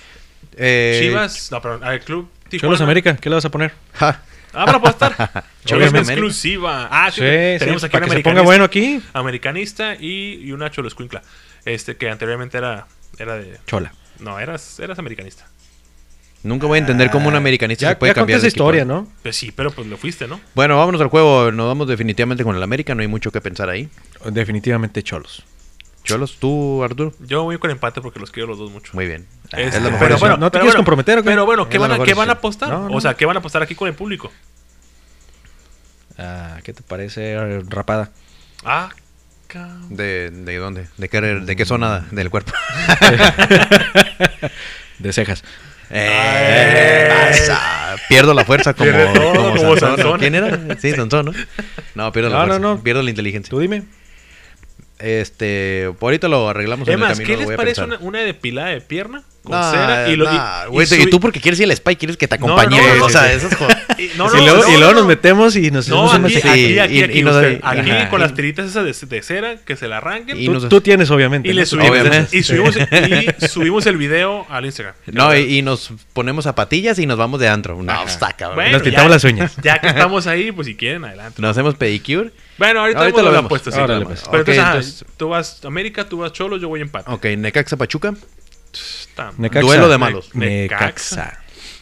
Eh, Chivas, no, perdón, al club Tijuana. Cholos América, ¿qué le vas a poner? ja, Ah, para apostar. Cholos Obviamente. exclusiva. Ah, sí, tenemos aquí para que un se americanista, ponga bueno aquí. americanista y, y una Cholos Cuincla. Este que anteriormente era, era de. Chola. No, eras, eras americanista. Nunca voy a entender cómo un americanista Ah, Ya, se puede ya conté cambiar esa de equipo. ¿eh? historia, ¿no? Pues sí, pero pues lo fuiste, ¿no? Bueno, vámonos al juego. Nos vamos definitivamente con el América. No hay mucho que pensar ahí. Definitivamente Cholos. Cholos, tú, Arturo. Yo voy con empate porque los quiero los dos mucho. Muy bien. Ah, Este, es la mejor pero opción. bueno, No te pero quieres bueno, comprometer, ¿o qué? Pero bueno, ¿qué, Es la van a, mejor ¿qué van a decisión. apostar? No, no. O sea, ¿qué van a apostar aquí con el público? Ah, ¿Qué te parece, eh, Rapada? Ah, cabrón. ¿De, de dónde? ¿De qué, de qué zona del cuerpo? De cejas. Eh, pasa. pierdo la fuerza como, Pierde todo, como Sansón, ¿no? Sansón. ¿Quién era? Sí, Sansón, ¿no? No, pierdo la No, no, fuerza. no. Pierdo la inteligencia. Tú dime. Este, por ahorita lo arreglamos Es en el más, camino. ¿qué lo les voy a parece pensar. una, una depilada de pierna con Nah, cera? Y, lo- y- nah, y güey, tú- y, sui- tú porque quieres ir al spy, quieres que te No, acompañe. no, no, o sea, sí. eso es joder. Y- no, y no, luego, no, y luego no. nos metemos y nos No, hacemos un aquí, sí, masajito. aquí, aquí, y- aquí, y nos- usted, ajá. aquí con las tiritas esas de, de cera que se la arranquen. Y tú, nos- tú tienes, obviamente. Y ¿no? le Tú subimos, tienes. y, subimos, y subimos el video al Instagram. No, y, y nos ponemos zapatillas y nos vamos de antro. No, Ajá. está cabrón. Bueno, nos pintamos las uñas. Ya que estamos ahí, pues si quieren, adelante. Nos hacemos pedicure. Bueno, ahorita, Ahorita vemos lo la vemos. apuesta, sí. Órale, Pero pues. Ok, entonces, ajá, entonces- tú vas América, tú vas Cholo, yo voy empate. Ok, Necaxa Pachuca. Está- Necaxa. Duelo de malos. Necaxa.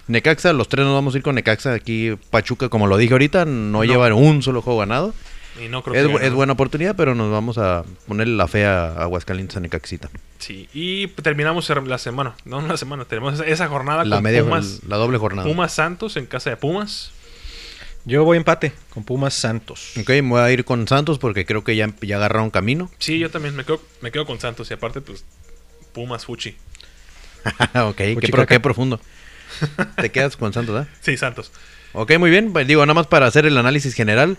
Necaxa, los tres nos vamos a ir con Necaxa. Aquí Pachuca, como lo dije ahorita, no, lleva un solo juego ganado. Y no creo Es, que bu- es gane. buena oportunidad, pero nos vamos a poner la fe a Aguascalientes a Necaxita. Sí, y terminamos la semana. No, no la semana, tenemos esa, esa jornada La Ah, con media, Pumas, la doble jornada. Pumas Santos en casa de Pumas. Yo voy empate con Pumas Santos. Ok, me voy a ir con Santos porque creo que ya, ya agarraron camino. Sí, yo también me quedo, me quedo con Santos y aparte, pues, Pumas Fuchi. ok, qué, pro- Caca. qué profundo. Te quedas con Santos, ¿ah? Sí, Santos. Ok, muy bien. Pues, Digo, nada más para hacer el análisis general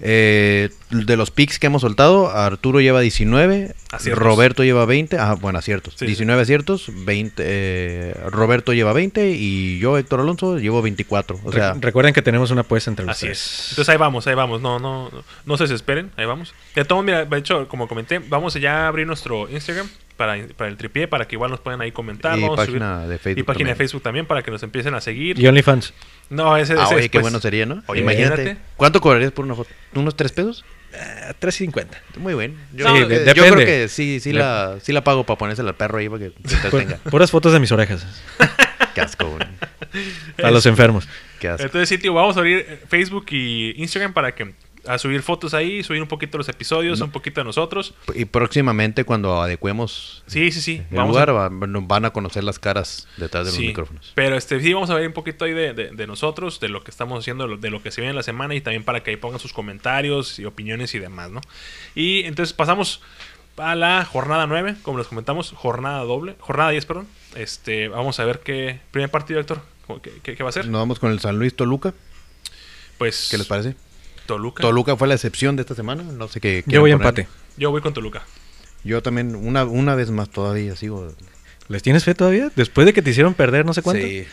eh, de los picks que hemos soltado. Arturo lleva 19, Aciertos. Roberto lleva 20. Ah, bueno, aciertos. Sí, sí. 19 aciertos, 20. eh, Roberto lleva 20 y yo, Héctor Alonso, llevo 24. O Re- sea, recuerden que tenemos una apuesta entre los Así tres. es. Entonces ahí vamos, ahí vamos. No, no, no, no se desesperen, ahí vamos. De todo, mira, de hecho, como comenté, vamos ya a abrir nuestro Instagram para, para el tripié, para que igual nos puedan ahí comentar. Y vamos a subir- página de Facebook Y página de también. Facebook también para que nos empiecen a seguir. Y OnlyFans. No, ese, ese ah, pues, oye, qué después. bueno sería, ¿no? Oye, imagínate. imagínate. ¿Cuánto cobrarías por una foto? ¿Unos 3 pesos? Eh, 3.50. Muy bien. Yo, Sí, de- creo que- yo depende. creo que sí, sí, la, sí la pago para ponérsela al perro ahí para que se entretenga. Pu- puras fotos de mis orejas. Qué asco, güey. A eh, los enfermos. Qué asco. Entonces, sí, tío, vamos a abrir eh, Facebook y Instagram para que a subir fotos ahí, subir un poquito los episodios, un poquito de nosotros. Y próximamente cuando adecuemos Sí, sí, sí. el vamos a- lugar va- van a conocer las caras detrás de los Sí, micrófonos. Pero este, sí, vamos a ver un poquito ahí de, de- de nosotros, de lo que estamos haciendo, de lo- de lo que se viene la semana y también para que ahí pongan sus comentarios y opiniones y demás, ¿no? Y entonces pasamos a la jornada 9, como les comentamos, jornada doble, jornada 10, perdón. Este, vamos a ver qué primer partido, Héctor, ¿cómo- qué, qué- qué va a ser. Nos vamos con el San Luis Toluca. Pues ¿Qué les parece? Toluca. Toluca fue la excepción de esta semana. No sé qué. Yo quieran voy a poner. empate. Yo voy con Toluca. Yo también, una, una vez más todavía sigo. ¿Les tienes fe todavía? Después de que te hicieron perder no sé cuánto. Sí.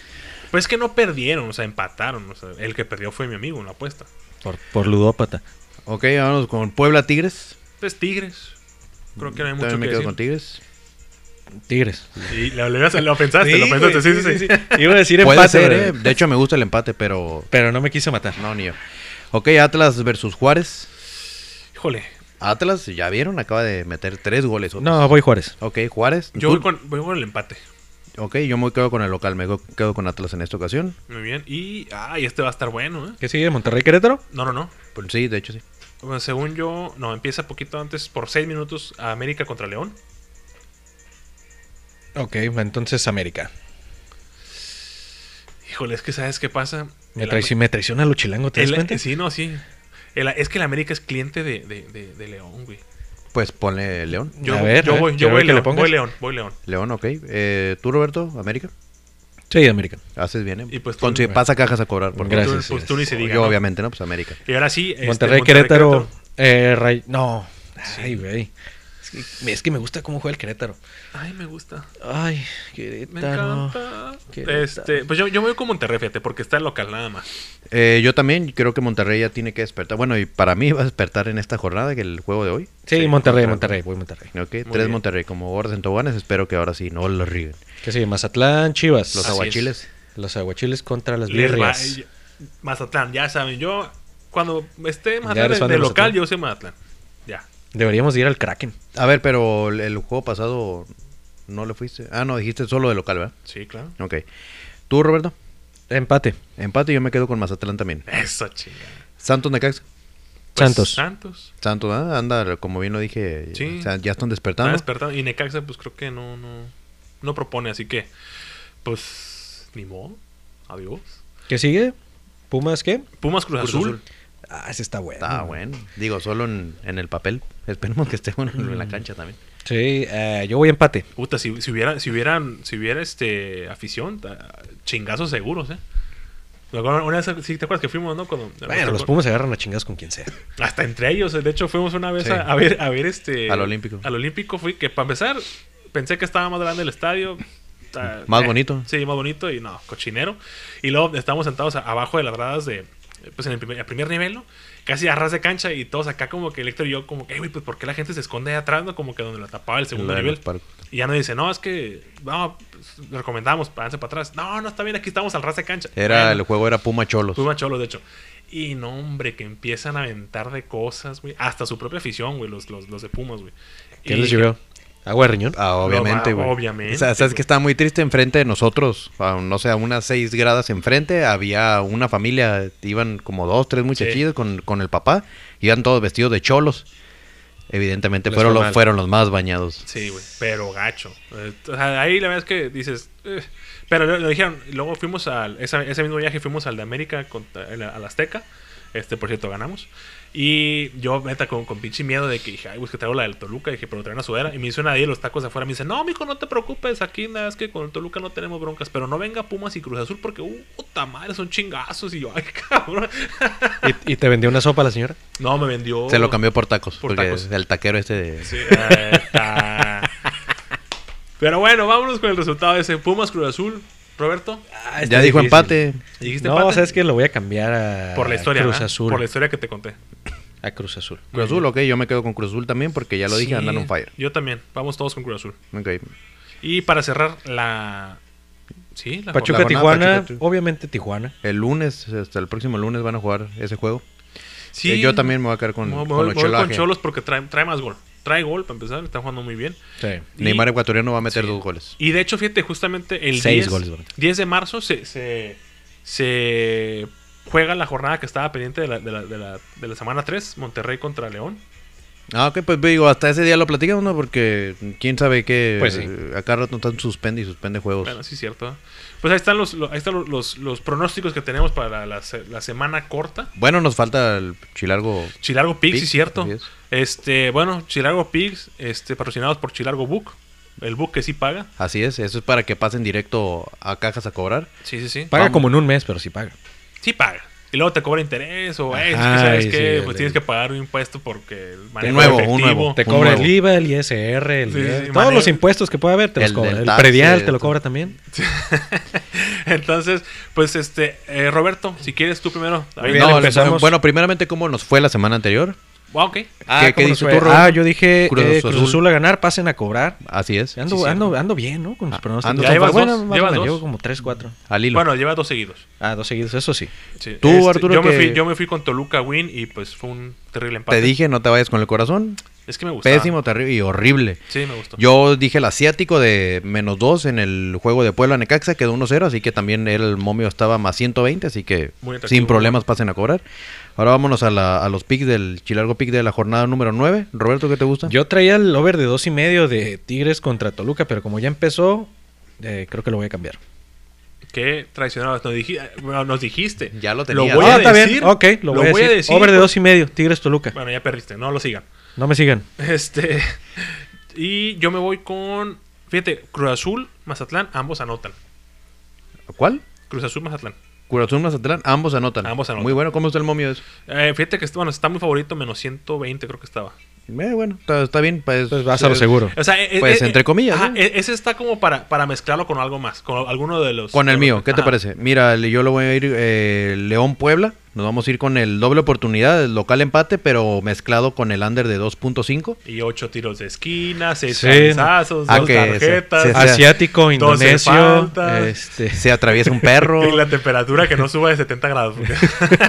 Pues es que no perdieron, o sea, empataron. O sea, el que perdió fue mi amigo en la apuesta. Por, por ludópata. Ok, vámonos con Puebla Tigres. Entonces, Pues Tigres. Creo que no hay mucho También me que quedo decir. con Tigres. Tigres. Y lo, lo- lo pensaste, Ah, lo pensaste, sí, sí, sí. Iba a decir Puede empate, ser, pero- eh. De hecho, me gusta el empate, pero pero no me quiso matar. no, ni yo. Ok, Atlas versus Juárez. Híjole, Atlas, ya vieron, acaba de meter tres goles. No, voy Juárez. Ok, Juárez. Yo tú- voy con, voy con el empate. Ok, yo me quedo con el local, me quedo con Atlas en esta ocasión. Muy bien. Y. Ay, este va a estar bueno, ¿eh? ¿Qué sigue? ¿Monterrey Querétaro? No, no, no. Pues sí, de hecho sí. Bueno, según yo. No, empieza poquito antes, por 6 minutos, a América contra León. Ok, entonces América. Híjole, es que sabes qué pasa. Me, El traici- me traiciona lo chilango, ¿te das el- cuenta? Sí, no, sí. El- es que el América es cliente de, de, de- de León, güey. Pues ponle León. Yo, A ver, yo a ver, voy, yo quiero voy, ver que le León, pongas. voy León, voy León. León, ok. Eh, ¿Tú, Roberto? ¿América? Sí, América. Haces bien, ¿eh? Y pues tú- Con- si pasa cajas a cobrar. Porque Gracias. Tú- pues tú ni se Yo, diga. ¿no? obviamente, ¿no? Pues América. Y ahora sí. este, Monterrey, Querétaro. eh, Ray- No. Ay, güey. Es que, es que me gusta cómo juega el Querétaro. Ay, me gusta. Ay, Me Querétaro. encanta. Querétaro. Este, pues yo, yo voy con Monterrey, fíjate, porque está el local nada más. Eh, yo también creo que Monterrey ya tiene que despertar. Bueno, y para mí va a despertar en esta jornada, que el juego de hoy. Sí, Monterrey, Monterrey, voy Monterrey. Ok, tres bien. Monterrey como gordas en toboganes. Espero que ahora sí no lo ríen. ¿Qué sigue? Mazatlán, Chivas. Los Así es. aguachiles. Los aguachiles contra las Les va- birrias. Mazatlán, ya saben, yo cuando esté Mazatlán eres de, fan de de local, Mazatlán. yo soy Mazatlán. Ya. Deberíamos de ir al Kraken. A ver, pero el- el juego pasado no le fuiste. Ah, no, dijiste solo de local, ¿verdad? Sí, claro. Ok. ¿Tú, Roberto? Empate. Empate, yo me quedo con Mazatlán también. Eso, chingada. Santos Necaxa. Pues, Santos. Santos. Santos, ¿ah? anda, como bien lo dije, Sí. o sea, ya Está están despertando. despertando. Y Necaxa, pues creo que no, no, no propone, así que, pues, ni modo. Adiós. ¿Qué sigue? ¿Pumas qué? Pumas Cruz, Cruz Azul. Azul. Ah, ese está bueno. Está bueno. Digo, solo en, en el papel. Esperemos que esté bueno en la cancha también. Sí, eh, yo voy empate. Puta, si, si hubiera, si hubieran, si hubiera este afición, ta- chingazos seguros, eh. Me acuerdo Una vez, sí, ¿te acuerdas que fuimos, no? Cuando, Bueno, los Pumas se agarran a chingados con quien sea. Hasta entre ellos. De hecho, fuimos una vez Sí. a, a ver, a ver este. Al Olímpico. Al Olímpico fui, que para empezar, pensé que estaba más grande el estadio. ta- Más bonito. Sí, más bonito y no, cochinero. Y luego estábamos sentados a- abajo de las gradas de. Pues en el primer, el primer nivel, ¿no? Casi a ras de cancha y todos acá, como que el Héctor y yo, como que, "Ey, güey, pues ¿por qué la gente se esconde ahí atrás, no? Como que donde la tapaba el segundo Lo de nivel. los parcos. Y ya nos dice, no, es que, no, pues, le recomendamos, váyanse para atrás. No, no, está bien, aquí estamos al ras de cancha. Era, Bueno. El juego era Puma Cholos. Puma Cholos, de hecho. Y no, hombre, que empiezan a aventar de cosas, güey. Hasta su propia afición, güey, los, los, los de Pumas, güey. ¿Qué Y les dije, llovió? ¿Agua de riñón? Ah, obviamente, No, güey. obviamente, O sea, sabes güey. que estaba muy triste enfrente de nosotros. a, no sé, a unas seis gradas enfrente. Había una familia, iban como dos, tres muchachillos con, con el papá. Iban todos vestidos de cholos. Evidentemente, Les fueron, fue los, mal. fueron los más bañados. Sí, güey, pero gacho. Eh, o sea, ahí la verdad es que dices... eh, Pero lo, lo dijeron, luego fuimos al... esa- ese mismo viaje fuimos al de América, contra, el- al Azteca. Este, por cierto, ganamos. Y yo, neta, con, con pinche miedo de que dije, ay, güey, es que traigo la del Toluca. dije, pero traen una sudadera. Y me hizo una de ahí los tacos de afuera. Me dice, no, mijo, no te preocupes. Aquí nada, es que con el Toluca no tenemos broncas. Pero no venga Pumas y Cruz Azul porque, uh, puta madre, son chingazos. Y yo, ay, cabrón. ¿Y, y te vendió una sopa la señora? No, me vendió. Se lo cambió por tacos. Oh. Por porque tacos. el taquero este de... Sí, ahí está. Pero bueno, vámonos con el resultado de ese Pumas Cruz Azul. Roberto, Ah, ya dijo empate. dijiste No, empate? sabes que lo voy a cambiar a Por Ah, la historia. Cruz ¿verdad? Azul. Por la historia que te conté. A Cruz Azul. Muy Cruz Azul, ok. Yo me quedo con Cruz Azul también porque ya lo dije, Sí, andan on fire. Yo también. Vamos todos con Cruz Azul. Ok. Y para cerrar la. Sí, Ah, la Pachuca, jornada, Tijuana. Pachuca, Tijuana. obviamente Tijuana. El lunes, hasta el próximo lunes van a jugar ese juego. Sí, Eh, yo también me voy a quedar me con, voy- me con voy los con cholaje. Cholos porque trae, trae más gol. trae gol para empezar, está jugando muy bien. Y- Neymar ecuatoriano va a meter Sí. dos goles. Y de hecho, fíjate, justamente el Seis 10, goles, güey. 10 de marzo se, se, se juega la jornada que estaba pendiente de la, de la, de la, de la semana 3, Monterrey contra León. Ah, ok, pues digo, hasta ese día lo platicamos, ¿no? Porque quién sabe qué. Pues sí. eh, Acá rato están suspende y suspende juegos. Bueno, sí, cierto. ¿eh? Pues ahí están los, lo- ahí están los, los, los pronósticos que tenemos para la, la se- la semana corta. Bueno, nos falta el Chilargo. Chilargo Pigs, sí, Pigs, cierto. así es. Este, bueno, Chilargo Pigs, este, patrocinados por Chilargo Book. El book que sí paga. Así es, eso es para que pasen directo a cajas a cobrar. Sí, sí, sí. Paga Vamos. como en un mes, pero sí paga. Sí paga. Y luego te cobra interés o "Ey, es que Ajá, sabes y sí, que el- pues tienes que pagar un impuesto porque el manejo nuevo, un efectivo- nuevo. Te Un cobra nuevo. el IVA, el ISR, el Sí, sí, IEPS, sí, todos manejo. los impuestos que puede haber te los El cobra. del El taxi, predial te lo el todo. cobra también. Entonces, pues este, eh, Roberto, si quieres tú primero. A ver, bien, No, empezamos. Bueno, primeramente, ¿cómo nos fue la semana anterior? Ah, ok. ¿Qué- qué ¿cómo nos dices fue? tú, Ro? Ah, yo dije eh, Cruz Cruz, Azul. Azul a ganar, pasen a cobrar. Así es. Ando, Sí, sí, ando, ando bien, ¿no? Con los Ah, pronósticos. ando- Bueno, ¿Ya llevas bueno, dos? más o ¿Llevas menos, dos? llevo como 3, 4. Al hilo. Bueno, lleva dos seguidos. Ah, dos seguidos, eso sí. Sí, este, Tú, Arturo, yo, me que- fui, yo me fui con Toluca Win y pues fue un terrible empate. te dije, no te vayas con el corazón. Es que me gustó. Pésimo, terrible y horrible. Sí, me gustó. Yo dije el asiático de menos 2 en el juego de Puebla Necaxa, quedó 1-0, así que también el momio estaba más 120, así que Muy atractivo. sin problemas pasen a cobrar. Ahora vámonos a, la- a los picks del Chilargo Pick de la jornada número 9. Roberto, ¿qué te gusta? Yo traía el over de dos y medio de Tigres contra Toluca, pero como ya empezó, eh, creo que lo voy a cambiar. Qué traicionado. Nos, diji- bueno, nos dijiste. Ya lo tenías. Lo voy Ah, a está decir. bien. Ok, lo, voy, a decir. Over de dos y medio, Tigres Toluca. Bueno, ya perdiste. No lo sigan. No me sigan. Este. Y yo me voy con. Fíjate, Cruz Azul, Mazatlán, ambos anotan. ¿Cuál? Cruz Azul, Mazatlán. Curazón Mazatlán, ambos anotan. Ambos anotan. Muy bueno, ¿cómo está el momio de eso? Eh, fíjate que bueno, está muy favorito, menos 120 creo que estaba. Eh, bueno, está, está bien. Pues, Pues vas a lo eh, seguro. O sea, eh, Pues, eh, entre eh, comillas, ajá, ¿no? eh, ese está como para, para mezclarlo con algo más, con alguno de los... Con el de mío, los- ¿qué te ajá. parece? Mira, yo lo voy a ir eh, León Puebla. Nos vamos a ir con el doble oportunidad, el local empate, pero mezclado con el under de 2.5. Y ocho tiros de esquina, seis Sí. cabezazos, Ah, dos que se- tarjetas. se- O sea, Asiático, doce indonesio, faltas. este, Se atraviesa un perro Y la temperatura que no suba de 70 grados. porque-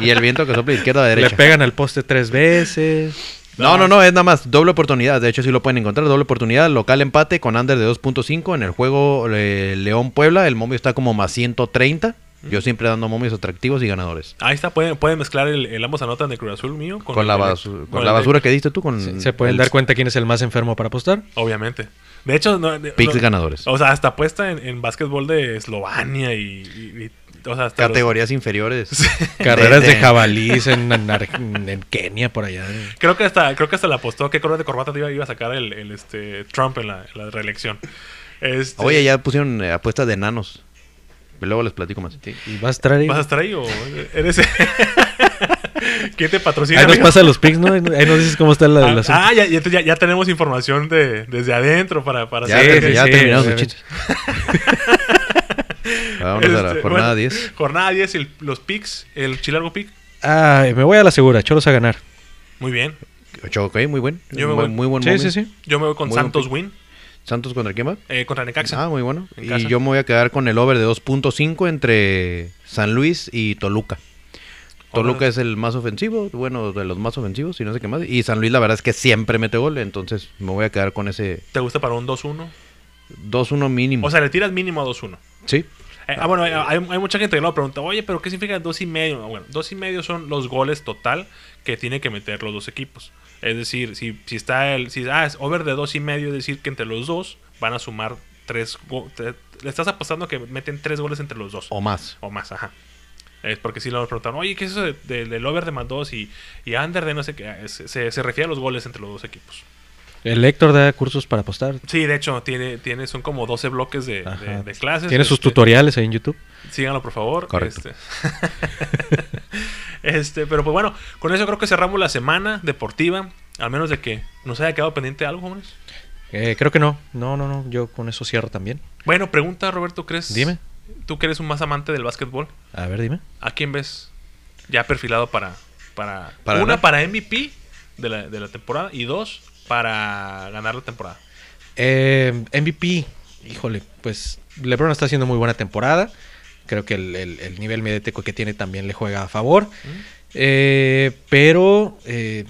y el viento que sopla de izquierda a le derecha. pegan al poste tres veces. No, no, no, es nada más doble oportunidad. De hecho, sí lo pueden encontrar. Doble oportunidad, local empate con under de 2.5 en el juego eh, León Puebla. El momio está como más 130. Yo siempre dando momios atractivos y ganadores. Ahí está, pueden, pueden mezclar el, el ambos anotan de Cruz Azul mío. Con, el la, de- basu- con el la de- basura que diste tú, con Se- Se pueden Mm, el dar cuenta quién es el más enfermo para apostar. Obviamente. De hecho, no, de- picks no- ganadores. O sea, hasta puesta en, en básquetbol de Eslovenia y... y- y- o sea, hasta los- Categorías inferiores. Carreras de Desde- jabalís en, en Ar- en Kenia, por allá. Creo que hasta, creo que hasta le apostó qué color de corbata te iba, iba a sacar el, el, este Trump en la, en la reelección. Este, Oye, ya pusieron eh, apuestas de enanos. Luego les platico más. Y vas a traer ahí. ¿Vas a estar ahí o eres ¿Quién te patrocina? Ahí nos amigo? pasa los pics, ¿no? Ahí ahí nos dices cómo está la Ah, la asunto. ah, ya, ya, te- ya- ya tenemos información de, desde adentro para, para Ya, Sí, te- sí, ya sí, terminaron sus obviamente. chistes. Vámonos Ah, a la Este, jornada bueno, 10. Jornada 10, el- los picks, el chilargo pick. Ay, me voy a la segura, Cholos a ganar. Muy bien. Ocho, ok, muy buen. Yo me muy, voy. muy buen Sí, momio. sí, sí. Yo me voy con Muy buen Santos Win ¿Santos contra quién va? eh, contra Necaxa. Ah, muy bueno. En Y casa. yo me voy a quedar con el over de 2.5 entre San Luis y Toluca. Toluca Órale. es el más ofensivo, bueno, de los más ofensivos y no sé qué más. Y San Luis la verdad es que siempre mete gol, entonces me voy a quedar con ese ¿Te gusta para un 2-1? 2-1 mínimo. O sea, le tiras mínimo a 2-1. sí. Eh, ah, bueno, eh, hay, hay mucha gente que no pregunta, oye, pero ¿qué significa dos y medio? Bueno, dos y medio son los goles total que tienen que meter los dos equipos. Es decir, si, si está el, si ah, es over de dos y medio, es decir, que entre los dos van a sumar tres go- te- Le estás apostando que meten tres goles entre los dos. Oh. O más. O más, ajá. Es porque si lo preguntaron, oye, ¿qué es eso de- de- del over de más dos y, y under de no sé qué? Ah, Es- se, se refiere a los goles entre los dos equipos. El Héctor da cursos para apostar. Sí, de hecho, tiene, tiene, son como 12 bloques de, de- Ajá. de clases. Tiene sus Este, tutoriales ahí en YouTube. Síganlo, por favor. Correcto. Este. Este, pero pues bueno, con eso creo que cerramos la semana deportiva. Al menos de que nos haya quedado pendiente algo, jóvenes. Eh, creo que no. No, no, no. Yo con eso cierro también. Bueno, pregunta, Roberto, ¿crees? Dime. Tú que eres un más amante del básquetbol, A ver, dime. ¿a quién ves ya perfilado para. para, Para una, ganar. para MVP de la, de la temporada y dos, para ganar la temporada? Eh, MVP. Híjole, pues LeBron está haciendo muy buena temporada. Creo que el, el- el nivel Mm. mediático que tiene también le juega a favor. Eh, pero eh,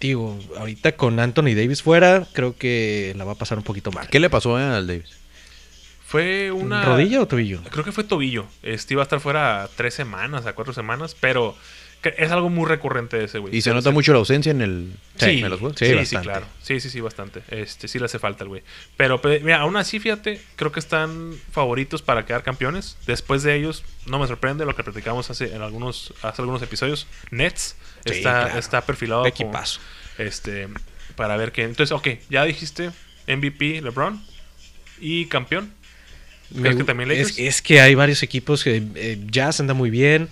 digo, ahorita con Anthony Davis fuera, creo que la va a pasar un poquito mal. ¿Qué le pasó eh, al Davis? Fue una. ¿Rodilla o tobillo? Creo que fue tobillo. Este iba a estar fuera tres semanas, a cuatro semanas, pero que- es algo muy recurrente de ese güey. Y se nota Entonces- mucho la ausencia en el. Sí, en los juegos. sí, sí, bastante. claro. Sí, sí, sí, bastante. Este, sí le hace falta el güey. Pero, pe- mira, aún así, fíjate, creo que están favoritos para quedar campeones. Después de ellos, no me sorprende lo que platicamos hace, en algunos, hace algunos episodios. Nets Sí, está, claro. está perfilado Un como- equipazo. este, para ver qué. Entonces, ok, ya dijiste MVP, LeBron y campeón. ¿Crees que también Lakers? es, es que hay varios equipos que eh, Jazz anda muy bien.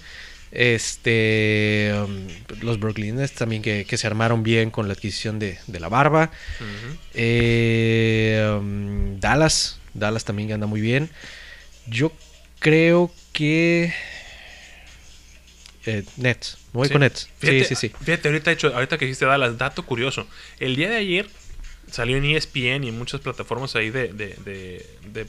Este um, los Brooklyn Nets también que, que se armaron bien con la adquisición de, de la barba. Ujú. Eh, um, Dallas, Dallas también que anda muy bien. Yo creo que eh, Nets, me voy Sí. con Nets. Fíjate, ah. sí, sí, sí. Fíjate, ahorita, hecho, ahorita que dijiste Dallas, dato curioso. El día de ayer salió en E ESPN y en muchas plataformas ahí de, de- de- de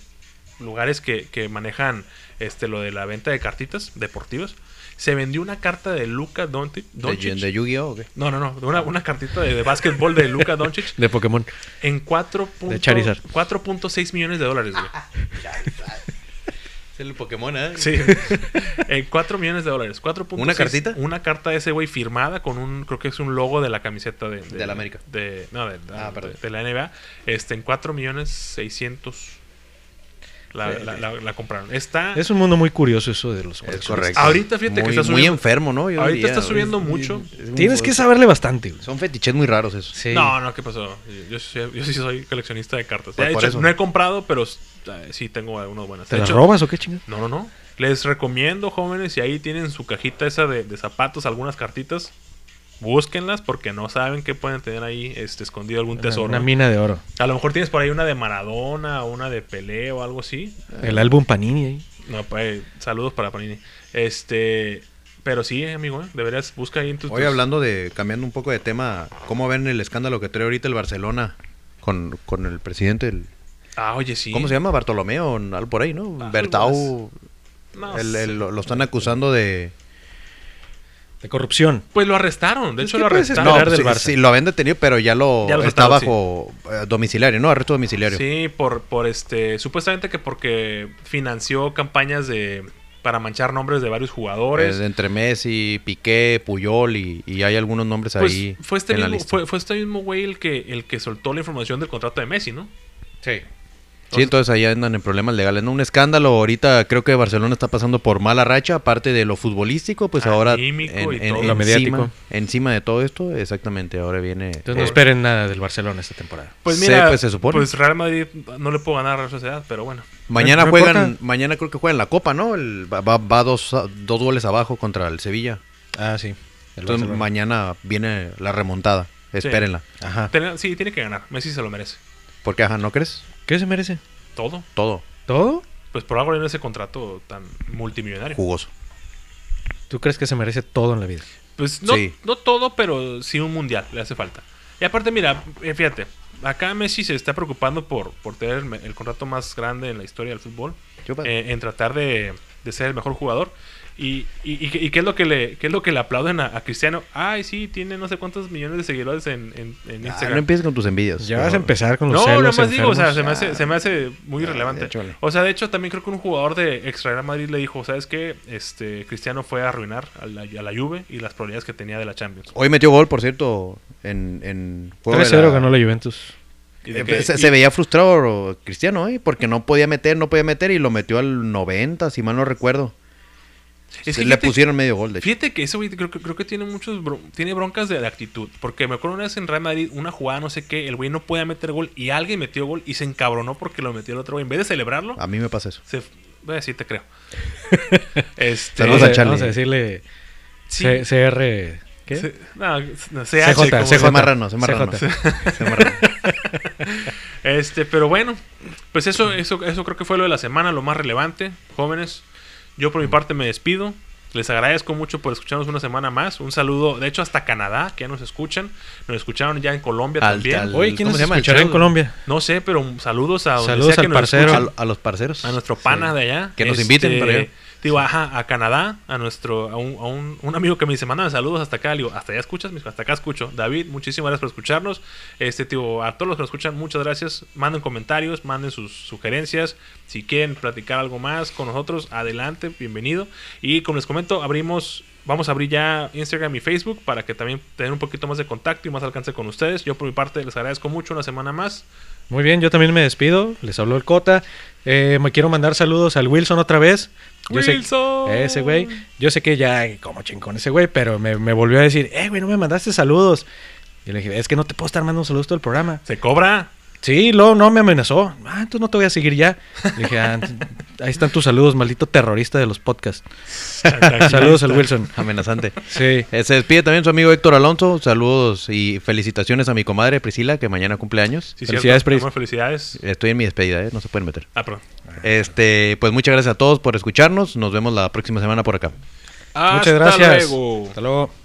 lugares que, que manejan este, lo de la venta de cartitas deportivas. Se vendió una carta de Luca Doncic. ¿De, Doncic. de Yu-Gi-Oh! o qué? No, no, no. Una, una cartita de, de básquetbol de Luca Doncic De Pokémon. en 4 punto- De Charizard. 4.6 millones de dólares, güey. Es el Pokémon, ¿eh? Sí. en 4 Eh, millones de dólares. 4.6. ¿Una cartita? Una carta de ese güey firmada con un. Creo que es un logo de la camiseta de. De la América. De, no, de, de- Ah, perdón. de- de la NBA. Este, en 4 millones 600. La, la- la- la compraron. Está. Es un mundo muy curioso eso de los Es coleccionistas. correcto. Ahorita fíjate que Muy- está Muy subiendo- enfermo, ¿no? Yo ahorita diría, está ¿no? subiendo Es- mucho. es un- Tienes que saberle bastante. güey. Son fetiches muy raros esos. Sí. No, no, ¿qué pasó? Yo, yo sí- yo sí soy coleccionista de cartas. Por- De Pues por hecho, eso. no he comprado, pero eh, sí tengo algunas buenas. ¿Te De las hecho, robas o qué chingada? No, no, no. Les recomiendo, jóvenes, si ahí tienen su cajita esa de, de zapatos, algunas cartitas, búsquenlas porque no saben que pueden tener ahí este, escondido algún tesoro. Una mina de oro. A lo mejor tienes por ahí una de Maradona, una de Pelé o algo así. El álbum Panini ahí. No, pues, saludos para Panini. Este, pero sí, eh, amigo, eh, deberías buscar ahí en tus... Hoy tus- hablando de, cambiando un poco de tema, ¿cómo ven el escándalo que trae ahorita el Barcelona con, con el presidente? el- Ah, oye, sí. ¿Cómo se llama? Bartolomeo, algo por ahí, ¿no? Ah, Bertau. No, el- el- lo, lo están acusando de... De corrupción. Pues lo arrestaron, de Pues, hecho ¿qué lo puedes arrestaron. esperar? No, pues, del sí, Barça. sí, lo habían detenido, pero ya lo Ya lo está soltaron, sí. bajo eh, domiciliario, ¿no? Arresto domiciliario. Sí, por, por este. Supuestamente que porque financió campañas de. para manchar nombres de varios jugadores. Eh, entre Messi, Piqué, Puyol y, y hay algunos nombres Pues, ahí fue este en la mismo, lista. fue, fue este mismo güey el que, el que soltó la información del contrato de Messi, ¿no? Sí. Sí, entonces ahí andan en problemas legales. ¿no? Un escándalo. Ahorita creo que Barcelona está pasando por mala racha, aparte de lo futbolístico, pues ahora. Anímico Ah, y todo. Lo mediático. Encima, encima de todo esto, exactamente. Ahora viene. Entonces no esperen nada del Barcelona esta temporada. Pues Sí, mira, pues, se supone. pues Real Madrid no le puedo ganar a la sociedad, pero bueno. eh, Mañana no juegan, importa. mañana creo que juegan la Copa, ¿no? El- va va, va dos, a- dos goles abajo contra el Sevilla. Ah, sí. Entonces mañana viene la remontada. Espérenla. Ajá. Tiene- sí, tiene que ganar. Messi se lo merece. Porque, ajá, ¿no crees? ¿Qué se merece? Todo. Todo ¿Todo? Pues por algo en ese contrato tan multimillonario. jugoso. Eh, ¿Tú crees que se merece todo en la vida? Pues no, Sí. no todo, pero sí un mundial le hace falta. Y aparte, mira, eh, fíjate, acá Messi se está preocupando por, por tener el, me- el contrato más grande en la historia del fútbol, Yo, pa- eh, en tratar de, de ser el mejor jugador. Y, y, y qué- y qué es lo que le qué es lo que le aplauden a, a Cristiano. Ay, sí, tiene no sé cuántos millones de seguidores en, en, en Ah, Instagram. no empieces con tus envidias. Ya vas a Pero- empezar con los No, celos nada más digo, o sea, enfermos. Ah, se me Ah, hace, se me hace muy irrelevante. échale. O sea, de hecho, también creo que un jugador de Extra Real Madrid le dijo, ¿sabes qué? Este, Cristiano fue a arruinar a la, a la Juve y las probabilidades que tenía de la Champions. Hoy metió gol, por cierto, en, en juego de 3-0 la- ganó la Juventus. Y de Eh, que- se, y- se veía frustrado Cristiano, ¿eh? Porque no podía meter, no podía meter y lo metió al 90, si mal no recuerdo. es Se que le fíjate- pusieron medio gol, de hecho. Fíjate que ese güey creo, que- creo que tiene muchos bro- tiene broncas de, de actitud. Porque me acuerdo una vez en Real Madrid, una jugada, no sé qué, el güey no podía meter gol y alguien metió gol y se encabronó porque lo metió el otro güey. En vez de celebrarlo, A mí me pasa eso. se... Voy a decir, te creo. este, Saludos a Vamos Charlie. Vamos a decirle sí, C- CR... ¿Qué? se- no, no, CJ, CH, como- CJ. Se marrano, se marrano. CJ. Se marrano. Este, pero bueno, pues eso, eso, eso creo que fue lo de la semana, lo más relevante, jóvenes. Yo por mi parte me despido. Les agradezco mucho por escucharnos una semana más. Un saludo, de hecho, hasta Canadá, que ya nos escuchan. Nos escucharon ya en Colombia Al- también. al- Oye, ¿quién ¿cómo nos se llama? escuchará en Chavo- Colombia? No sé, pero saludos a Ah, donde Saludos sea que al nos parcero. escuchen. a, a los parceros. a nuestro pana Sí. de allá. Este, Que nos inviten para allá. Digo, ajá, a Canadá, a nuestro, a un, a un- un amigo que me dice, mándame saludos hasta acá. Le digo, hasta allá escuchas, mijo, hasta acá escucho. David, muchísimas gracias por escucharnos. Este, tío, a todos los que nos escuchan, muchas gracias. Manden comentarios, manden sus sugerencias. Si quieren platicar algo más con nosotros, adelante, bienvenido. Y como les comento, abrimos, vamos a abrir ya Instagram y Facebook para que también tengan un poquito más de contacto y más alcance con ustedes. Yo por mi parte les agradezco mucho una semana más. Muy bien, yo también me despido. Les habló el Cota. Eh, me quiero mandar saludos al Wilson otra vez. Yo sé- Wilson. ese güey. Yo sé que ya, como chingón ese güey, pero me, me volvió a decir, eh, güey, no me mandaste saludos. Y le dije, es que no te puedo estar mandando saludos todo el programa. Se cobra. Sí, luego no me amenazó. Ah, entonces no te voy a seguir ya. Le dije, ah, ent- ahí están tus saludos, maldito terrorista de los podcasts. Saludos al Wilson. Amenazante. Sí. Eh, se despide también su amigo Héctor Alonso. Saludos y felicitaciones a mi comadre Priscila, que mañana cumple años. Sí, Felicidades, felicidades, Pris. Felicidades. Estoy en mi despedida, ¿eh? no se pueden meter. Ah, perdón. Este, pues muchas gracias a todos por escucharnos. Nos vemos la próxima semana por acá. Muchas gracias. Hasta luego.